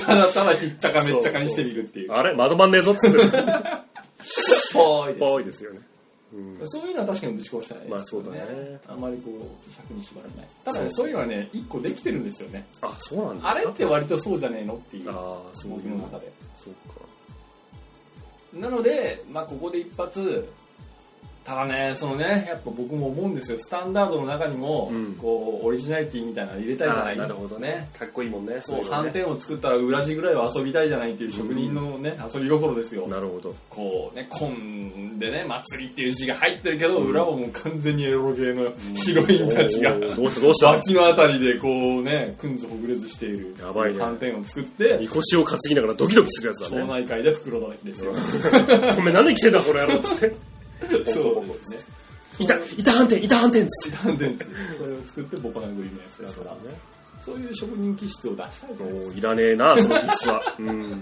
Speaker 2: ただただひっちゃかめっちゃかにしてみるっていう。
Speaker 1: あれまとまんねえぞっつって。
Speaker 2: ぽーい
Speaker 1: 多いですよね。うん
Speaker 2: ですそういうのは確かにぶち壊したいですよ
Speaker 1: まあそうだね
Speaker 2: あんまりこう尺に縛られないただねそういうのはね一個できてるんですよね
Speaker 1: あ、そうなんですか
Speaker 2: あれって割とそうじゃねえのっていう
Speaker 1: ああ、そう
Speaker 2: 僕
Speaker 1: い
Speaker 2: の
Speaker 1: う。
Speaker 2: 中で
Speaker 1: そうか。
Speaker 2: なので、まあ、ここで一発、ただね、そのね、やっぱ僕も思うんですよ、スタンダードの中にも、
Speaker 1: うん
Speaker 2: こう、オリジナリティみたいなの入れたいじゃない
Speaker 1: あーなるほどね。かっこいいもんね。
Speaker 2: そう、
Speaker 1: いの
Speaker 2: 反
Speaker 1: ね
Speaker 2: 転を作ったら裏地ぐらいは遊びたいじゃないっていう職人のね、遊び心ですよ。
Speaker 1: なるほど。
Speaker 2: こうね、コンでね、祭りっていう字が入ってるけど、裏はもう完全にエロゲーのヒロインたちが
Speaker 1: お、ーどうしたどうした
Speaker 2: 脇のあたりでこうね、くんずほぐれずしている、
Speaker 1: やばいね
Speaker 2: 反転を作って、
Speaker 1: みこしを担ぎながらドキドキするやつ
Speaker 2: 町
Speaker 1: だね。
Speaker 2: 内会で袋だですよ。
Speaker 1: ごめん、なんで来てんだ、この野郎っつって。
Speaker 2: そうですね。
Speaker 1: いた、いた反転、いた反転っつって。
Speaker 2: なんでんそれを作ってボコ殴りのやつですからそういう職人気質を出したいと思うんで
Speaker 1: も
Speaker 2: す
Speaker 1: ういらねえな、その実は。うん。
Speaker 2: ね、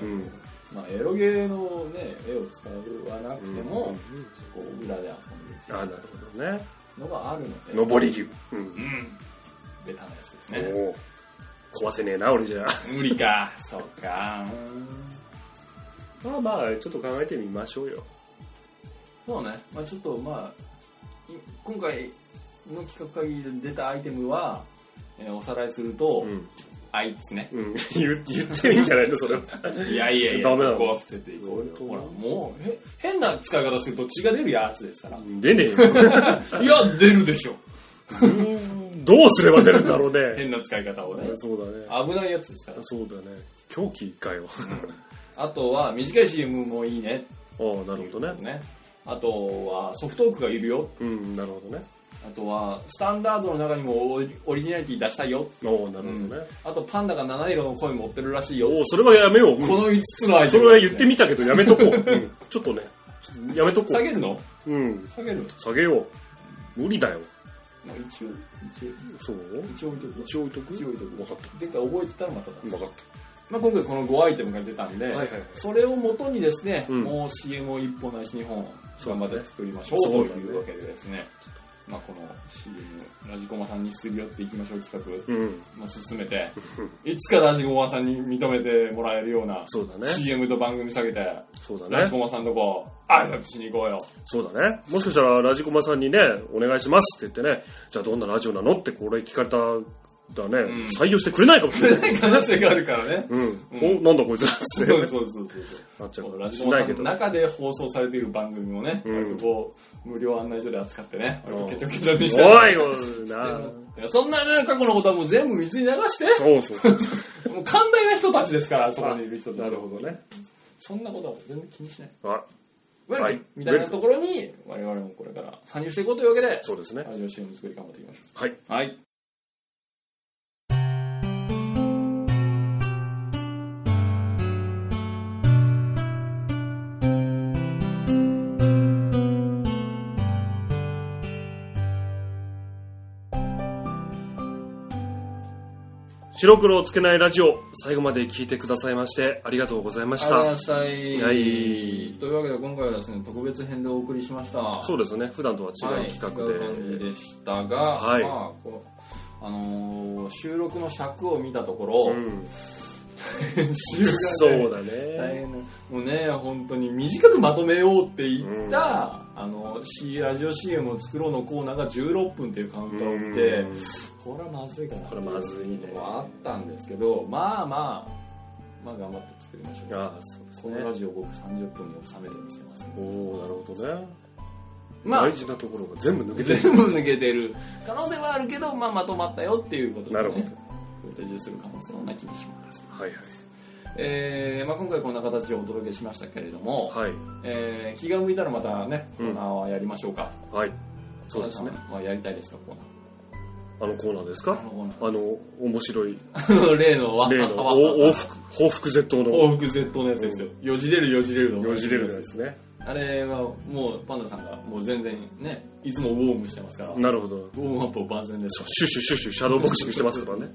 Speaker 1: うん。
Speaker 2: まあ、エロゲーの、ね、絵を使わなくても、
Speaker 1: うん
Speaker 2: こう裏で遊んで
Speaker 1: あ、なるほどね。
Speaker 2: るのがあるので
Speaker 1: 上り牛。う。
Speaker 2: うんんベタなやつですね
Speaker 1: おお壊せねえな、俺じゃ。
Speaker 2: 無理かそうか
Speaker 1: まあまあ、ちょっと考えてみましょうよ。
Speaker 2: そうね、まあ、ちょっとまあい今回の企画会議で出たアイテムは、えーおさらいすると、
Speaker 1: ん。
Speaker 2: あいつね
Speaker 1: うん。 言う言ってもいいんじゃないの、それは。
Speaker 2: いやいやいや
Speaker 1: ダメだ
Speaker 2: ここは伏せていこうよ
Speaker 1: 本
Speaker 2: ほ
Speaker 1: 当
Speaker 2: らもうへ変な使い方すると血が出るやつですから
Speaker 1: 出ねえよ。
Speaker 2: いや、出るでしょ。
Speaker 1: どうすれば出るんだろうね。
Speaker 2: 変な使い方をね。
Speaker 1: そうだね。
Speaker 2: 危ないやつですから。
Speaker 1: そうだね。狂気一回を。
Speaker 2: あとは、短い CM もいいね。
Speaker 1: ああ、なるほどね。
Speaker 2: ね。あとは、ソフトオークがいるよ。
Speaker 1: うん、なるほどね。
Speaker 2: あとは、スタンダードの中にもオリオリジナリティ出したいよ。
Speaker 1: おおなるほど
Speaker 2: う
Speaker 1: ね。
Speaker 2: あと、パンダが七色の声持ってるらしいよ。
Speaker 1: お
Speaker 2: こ
Speaker 1: おそれはやめよう。うん
Speaker 2: の5つのアイテ
Speaker 1: そ
Speaker 2: ム
Speaker 1: れは
Speaker 2: ですね、
Speaker 1: 言ってみたけど、やめと こう。うんちょっとね、やめとこ
Speaker 2: 下げるの
Speaker 1: う。うん、
Speaker 2: 下げるの
Speaker 1: 下げよう。無理だよ。
Speaker 2: まあ一応、一応、
Speaker 1: そう
Speaker 2: 一応置いとく。
Speaker 1: 一応置いとく
Speaker 2: 一応置いとく
Speaker 1: 分かった。
Speaker 2: 前回覚えてたらまた出す。
Speaker 1: 分かっ
Speaker 2: まあ、今回この5アイテムが出たんで、
Speaker 1: た。はいはい。
Speaker 2: それをもとにですね、
Speaker 1: うん
Speaker 2: もう CM を1本ないし2本
Speaker 1: そう
Speaker 2: 頑張
Speaker 1: だね
Speaker 2: って作りましょう
Speaker 1: そうだ
Speaker 2: と
Speaker 1: ね
Speaker 2: いうわけでですね、まあ、この CM ラジコマさんにすり寄っていきましょう企
Speaker 1: うん。
Speaker 2: 画、まあ、進め ていつかラジコマさんに認めてもらえるような
Speaker 1: そうだね。
Speaker 2: CM と番組下げて、
Speaker 1: そうだ
Speaker 2: ラジ
Speaker 1: ね。
Speaker 2: コマさんとこ挨拶しに行こうよ
Speaker 1: そうだね。もしかしたら、ラジコマさんにね、お願いしますって言ってね、じゃあどんなラジオなのってこれ聞かれたら
Speaker 2: うん
Speaker 1: ね、採用してくれないかもし れない。
Speaker 2: 可能性があるからね
Speaker 1: うん。
Speaker 2: うん
Speaker 1: お、なんだこいつらっ
Speaker 2: そう
Speaker 1: て
Speaker 2: そうそうそう
Speaker 1: なっちゃうか
Speaker 2: ラ
Speaker 1: も
Speaker 2: ジ
Speaker 1: し
Speaker 2: コ
Speaker 1: れな
Speaker 2: マ
Speaker 1: い
Speaker 2: さん
Speaker 1: け
Speaker 2: の
Speaker 1: ど。
Speaker 2: 中で放送されている番組をね、
Speaker 1: うん
Speaker 2: 割とこう無料案内所で扱ってね、割とケチョケチョ
Speaker 1: お
Speaker 2: にして
Speaker 1: いよ、なあ
Speaker 2: いやそんなね、過去のことはもう全部水に流して、
Speaker 1: そうそう。
Speaker 2: もう寛大な人たちですから、そこにいる人たち。
Speaker 1: なるほどね。
Speaker 2: そんなことはもう全然気にしない。
Speaker 1: あ、
Speaker 2: ウェル
Speaker 1: は
Speaker 2: カ
Speaker 1: い
Speaker 2: ムみたいなところに、我々もこれから参入していこうというわけで、
Speaker 1: そうですね。
Speaker 2: ラジオ CM 作り頑張っていきましょ
Speaker 1: はい。
Speaker 2: う。はい。
Speaker 1: 白黒をつけないラジオ、最後まで聞いてくださいまして、ありがとうございまし
Speaker 2: ありが
Speaker 1: た。
Speaker 2: とうございました。
Speaker 1: はい
Speaker 2: というわけで、今回はですね、特別編でお送りしました。
Speaker 1: そうですね、普段とは違
Speaker 2: はいう
Speaker 1: 企画で。
Speaker 2: 違う感じでしたが、
Speaker 1: はい
Speaker 2: まあ、こうあのー収録の尺を見たところ、
Speaker 1: うん、
Speaker 2: 収録がね
Speaker 1: そうだ
Speaker 2: 大
Speaker 1: ね。
Speaker 2: 変なもうね本当に短くまとめようって言った、あの C ラジオ CM を作ろうのコーナーが16分っていうカウンターを見て、
Speaker 1: うん
Speaker 2: これはまずいかな
Speaker 1: これまずいね
Speaker 2: はあったんですけどまあまあまあ頑張って作りましょう
Speaker 1: ああ、そうです
Speaker 2: この
Speaker 1: ね
Speaker 2: ラ。ジオ僕30分に収めてみせます
Speaker 1: おおなるほどね。
Speaker 2: まあ
Speaker 1: 大事なところが全部抜けてる。
Speaker 2: 全部抜けてる可能性はあるけど、まあ、まとまったよっていうことで、ね、
Speaker 1: なるほど
Speaker 2: 提示する可能性はなきにしもあらず、
Speaker 1: はい
Speaker 2: えーまあ、今回こんな形でお届けしましたけれども、
Speaker 1: はい。はい。
Speaker 2: えー気が向いたらまたね、コ
Speaker 1: うん
Speaker 2: ーナーはやりましょうか。
Speaker 1: はい。そうですね。。
Speaker 2: まあ、やりたいですか、コー
Speaker 1: あのコーナーです
Speaker 2: ナー。
Speaker 1: か
Speaker 2: あのコー
Speaker 1: あの、面白い、
Speaker 2: ナー。例のわ
Speaker 1: 例の、
Speaker 2: わ
Speaker 1: お往復、報復絶倒の、
Speaker 2: 往復 Z のやつですよ。よじれるよじれるの。
Speaker 1: よじれるですね。
Speaker 2: あれはもうパンダさんがもう全然ね、いつもウォームしてますから、ウォ
Speaker 1: なるほど。
Speaker 2: ームアップを万全で
Speaker 1: そうシュッシュッシュッシュ、シャドーボクシングしてますからね。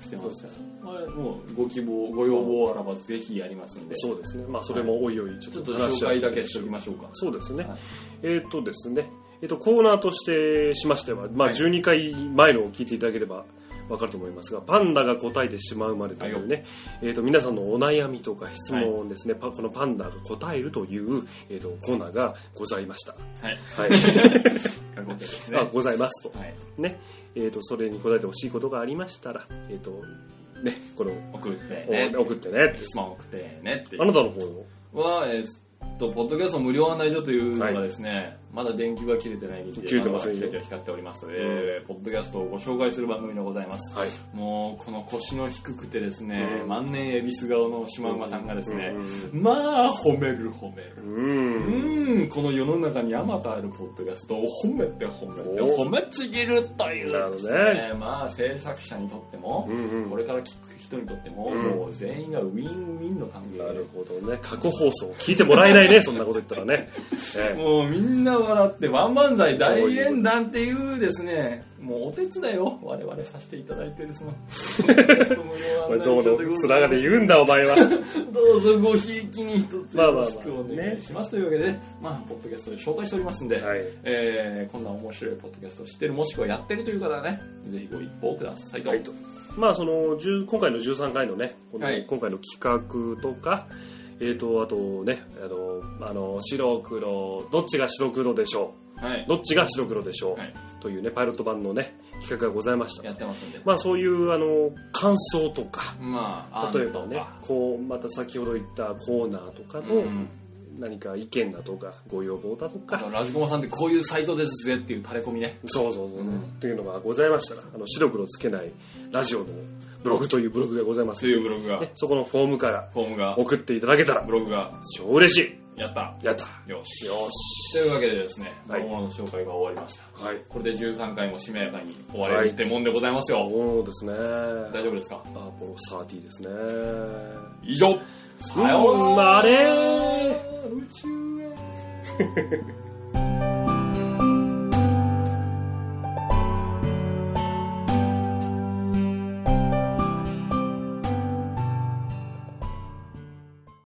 Speaker 2: してますから、あれもうご希望、ご要望あらばぜひやりますんで、ち
Speaker 1: そうですね。まあ、それもおいおい、ちょ
Speaker 2: ょっ
Speaker 1: っ
Speaker 2: と
Speaker 1: と
Speaker 2: 紹
Speaker 1: し合っ
Speaker 2: 介
Speaker 1: て
Speaker 2: だけしておきましょうか。
Speaker 1: そうですね。
Speaker 2: はい
Speaker 1: えーっ、とですね、えーっ、と、コーナーとしてしましては、まあ、
Speaker 2: はい
Speaker 1: 12回前のを聞いていただければ、わかると思いますが、パンダが答えてしまうまでというね、えっ、と、皆さんのお悩みとか質問をですね、パこのパンダが答えるという、えっ、と、コーナーがございました。
Speaker 2: はい。
Speaker 1: はい。
Speaker 2: 過去形ですね。
Speaker 1: あございますと。
Speaker 2: はい。
Speaker 1: ね。えっ、と、それに答えてほしいことがありましたら、えっ、と、ね、これを
Speaker 2: 送って
Speaker 1: お
Speaker 2: ね。
Speaker 1: 送ってねって
Speaker 2: 質問送ってねっていう
Speaker 1: あなたの方の
Speaker 2: は、えーっと、ポッドキャスト無料案内所というのがですね、まだ電球が切れてないので、
Speaker 1: 切れてませんよ
Speaker 2: キラキラ光っております、えーポッドキャストをご紹介する番組でございます。
Speaker 1: はい
Speaker 2: もう、この腰の低くてですね、
Speaker 1: うん
Speaker 2: 万年恵比寿顔のシマウマさんがですね、まあ、褒める褒める。
Speaker 1: うんうん
Speaker 2: うーん、この世の中にあまたあるポッドキャストを褒めて褒めて
Speaker 1: お
Speaker 2: 褒めちぎるという
Speaker 1: なるほ
Speaker 2: です
Speaker 1: ど
Speaker 2: ね
Speaker 1: ね
Speaker 2: まあ制作者にとっても、
Speaker 1: うんうん
Speaker 2: これから聞く人にとっても、
Speaker 1: うん
Speaker 2: もう全員がウィンウィンの関係
Speaker 1: なるほどね。過去放送聞いてもらえないね、そんなこと言ったらね。ええ
Speaker 2: もうみんな笑ってワン漫才大演談っていうですねもうお手伝いを我々させていただいてる そのポッドキャスト無料
Speaker 1: これ
Speaker 2: 案内
Speaker 1: ど
Speaker 2: 所でござ
Speaker 1: う
Speaker 2: い
Speaker 1: の
Speaker 2: ます
Speaker 1: つながり言うんだ、お前は。
Speaker 2: どうぞごひいきに一つよろしくお願いしますというわけで、まあ、ポッドキャストで紹介しておりますんで、
Speaker 1: はい。
Speaker 2: えーこんな面白いポッドキャストを知ってるもしくはやってるという方はねぜひご一報くださいと、
Speaker 1: はいとまあ、その、10今回の13回のね、この
Speaker 2: はい
Speaker 1: 今回の企画とか、えっ、と、あとね、あの、あの白黒、どっちが白黒でしょ
Speaker 2: はい、
Speaker 1: うどっちが白黒でしょう、
Speaker 2: はい
Speaker 1: というね、パイロット版のね、企画がございました
Speaker 2: や。ってますんで
Speaker 1: まあ、そういう、あの、感想とか、
Speaker 2: まあ
Speaker 1: 例えばね
Speaker 2: あ、
Speaker 1: こう、また先ほど言ったコーナーとか
Speaker 2: んとか
Speaker 1: の
Speaker 2: うん
Speaker 1: 何か意見だとか、ご要望だと
Speaker 2: あ
Speaker 1: か、
Speaker 2: とラジコマさんってこういうサイトですぜっていうタレコミね
Speaker 1: そうそうそう。
Speaker 2: うん
Speaker 1: というのがございましたら、あの白黒つけないラジオのブログというブログがございます
Speaker 2: と。いうブログ が
Speaker 1: ねそこのフォームから
Speaker 2: フォームが
Speaker 1: 送っていただけたら
Speaker 2: ブ、ログが
Speaker 1: 超嬉し
Speaker 2: やった
Speaker 1: い。やった。
Speaker 2: よし
Speaker 1: よし。
Speaker 2: というわけでですね
Speaker 1: はい
Speaker 2: 今後の紹介が終わりました
Speaker 1: はい。
Speaker 2: これで13回もしめやかに終われるってもんでございますよ、
Speaker 1: そうですね。ア
Speaker 2: 大丈夫ですか
Speaker 1: ポロ30ですね。
Speaker 2: 以上さようなら
Speaker 1: あれー
Speaker 2: 宇宙へ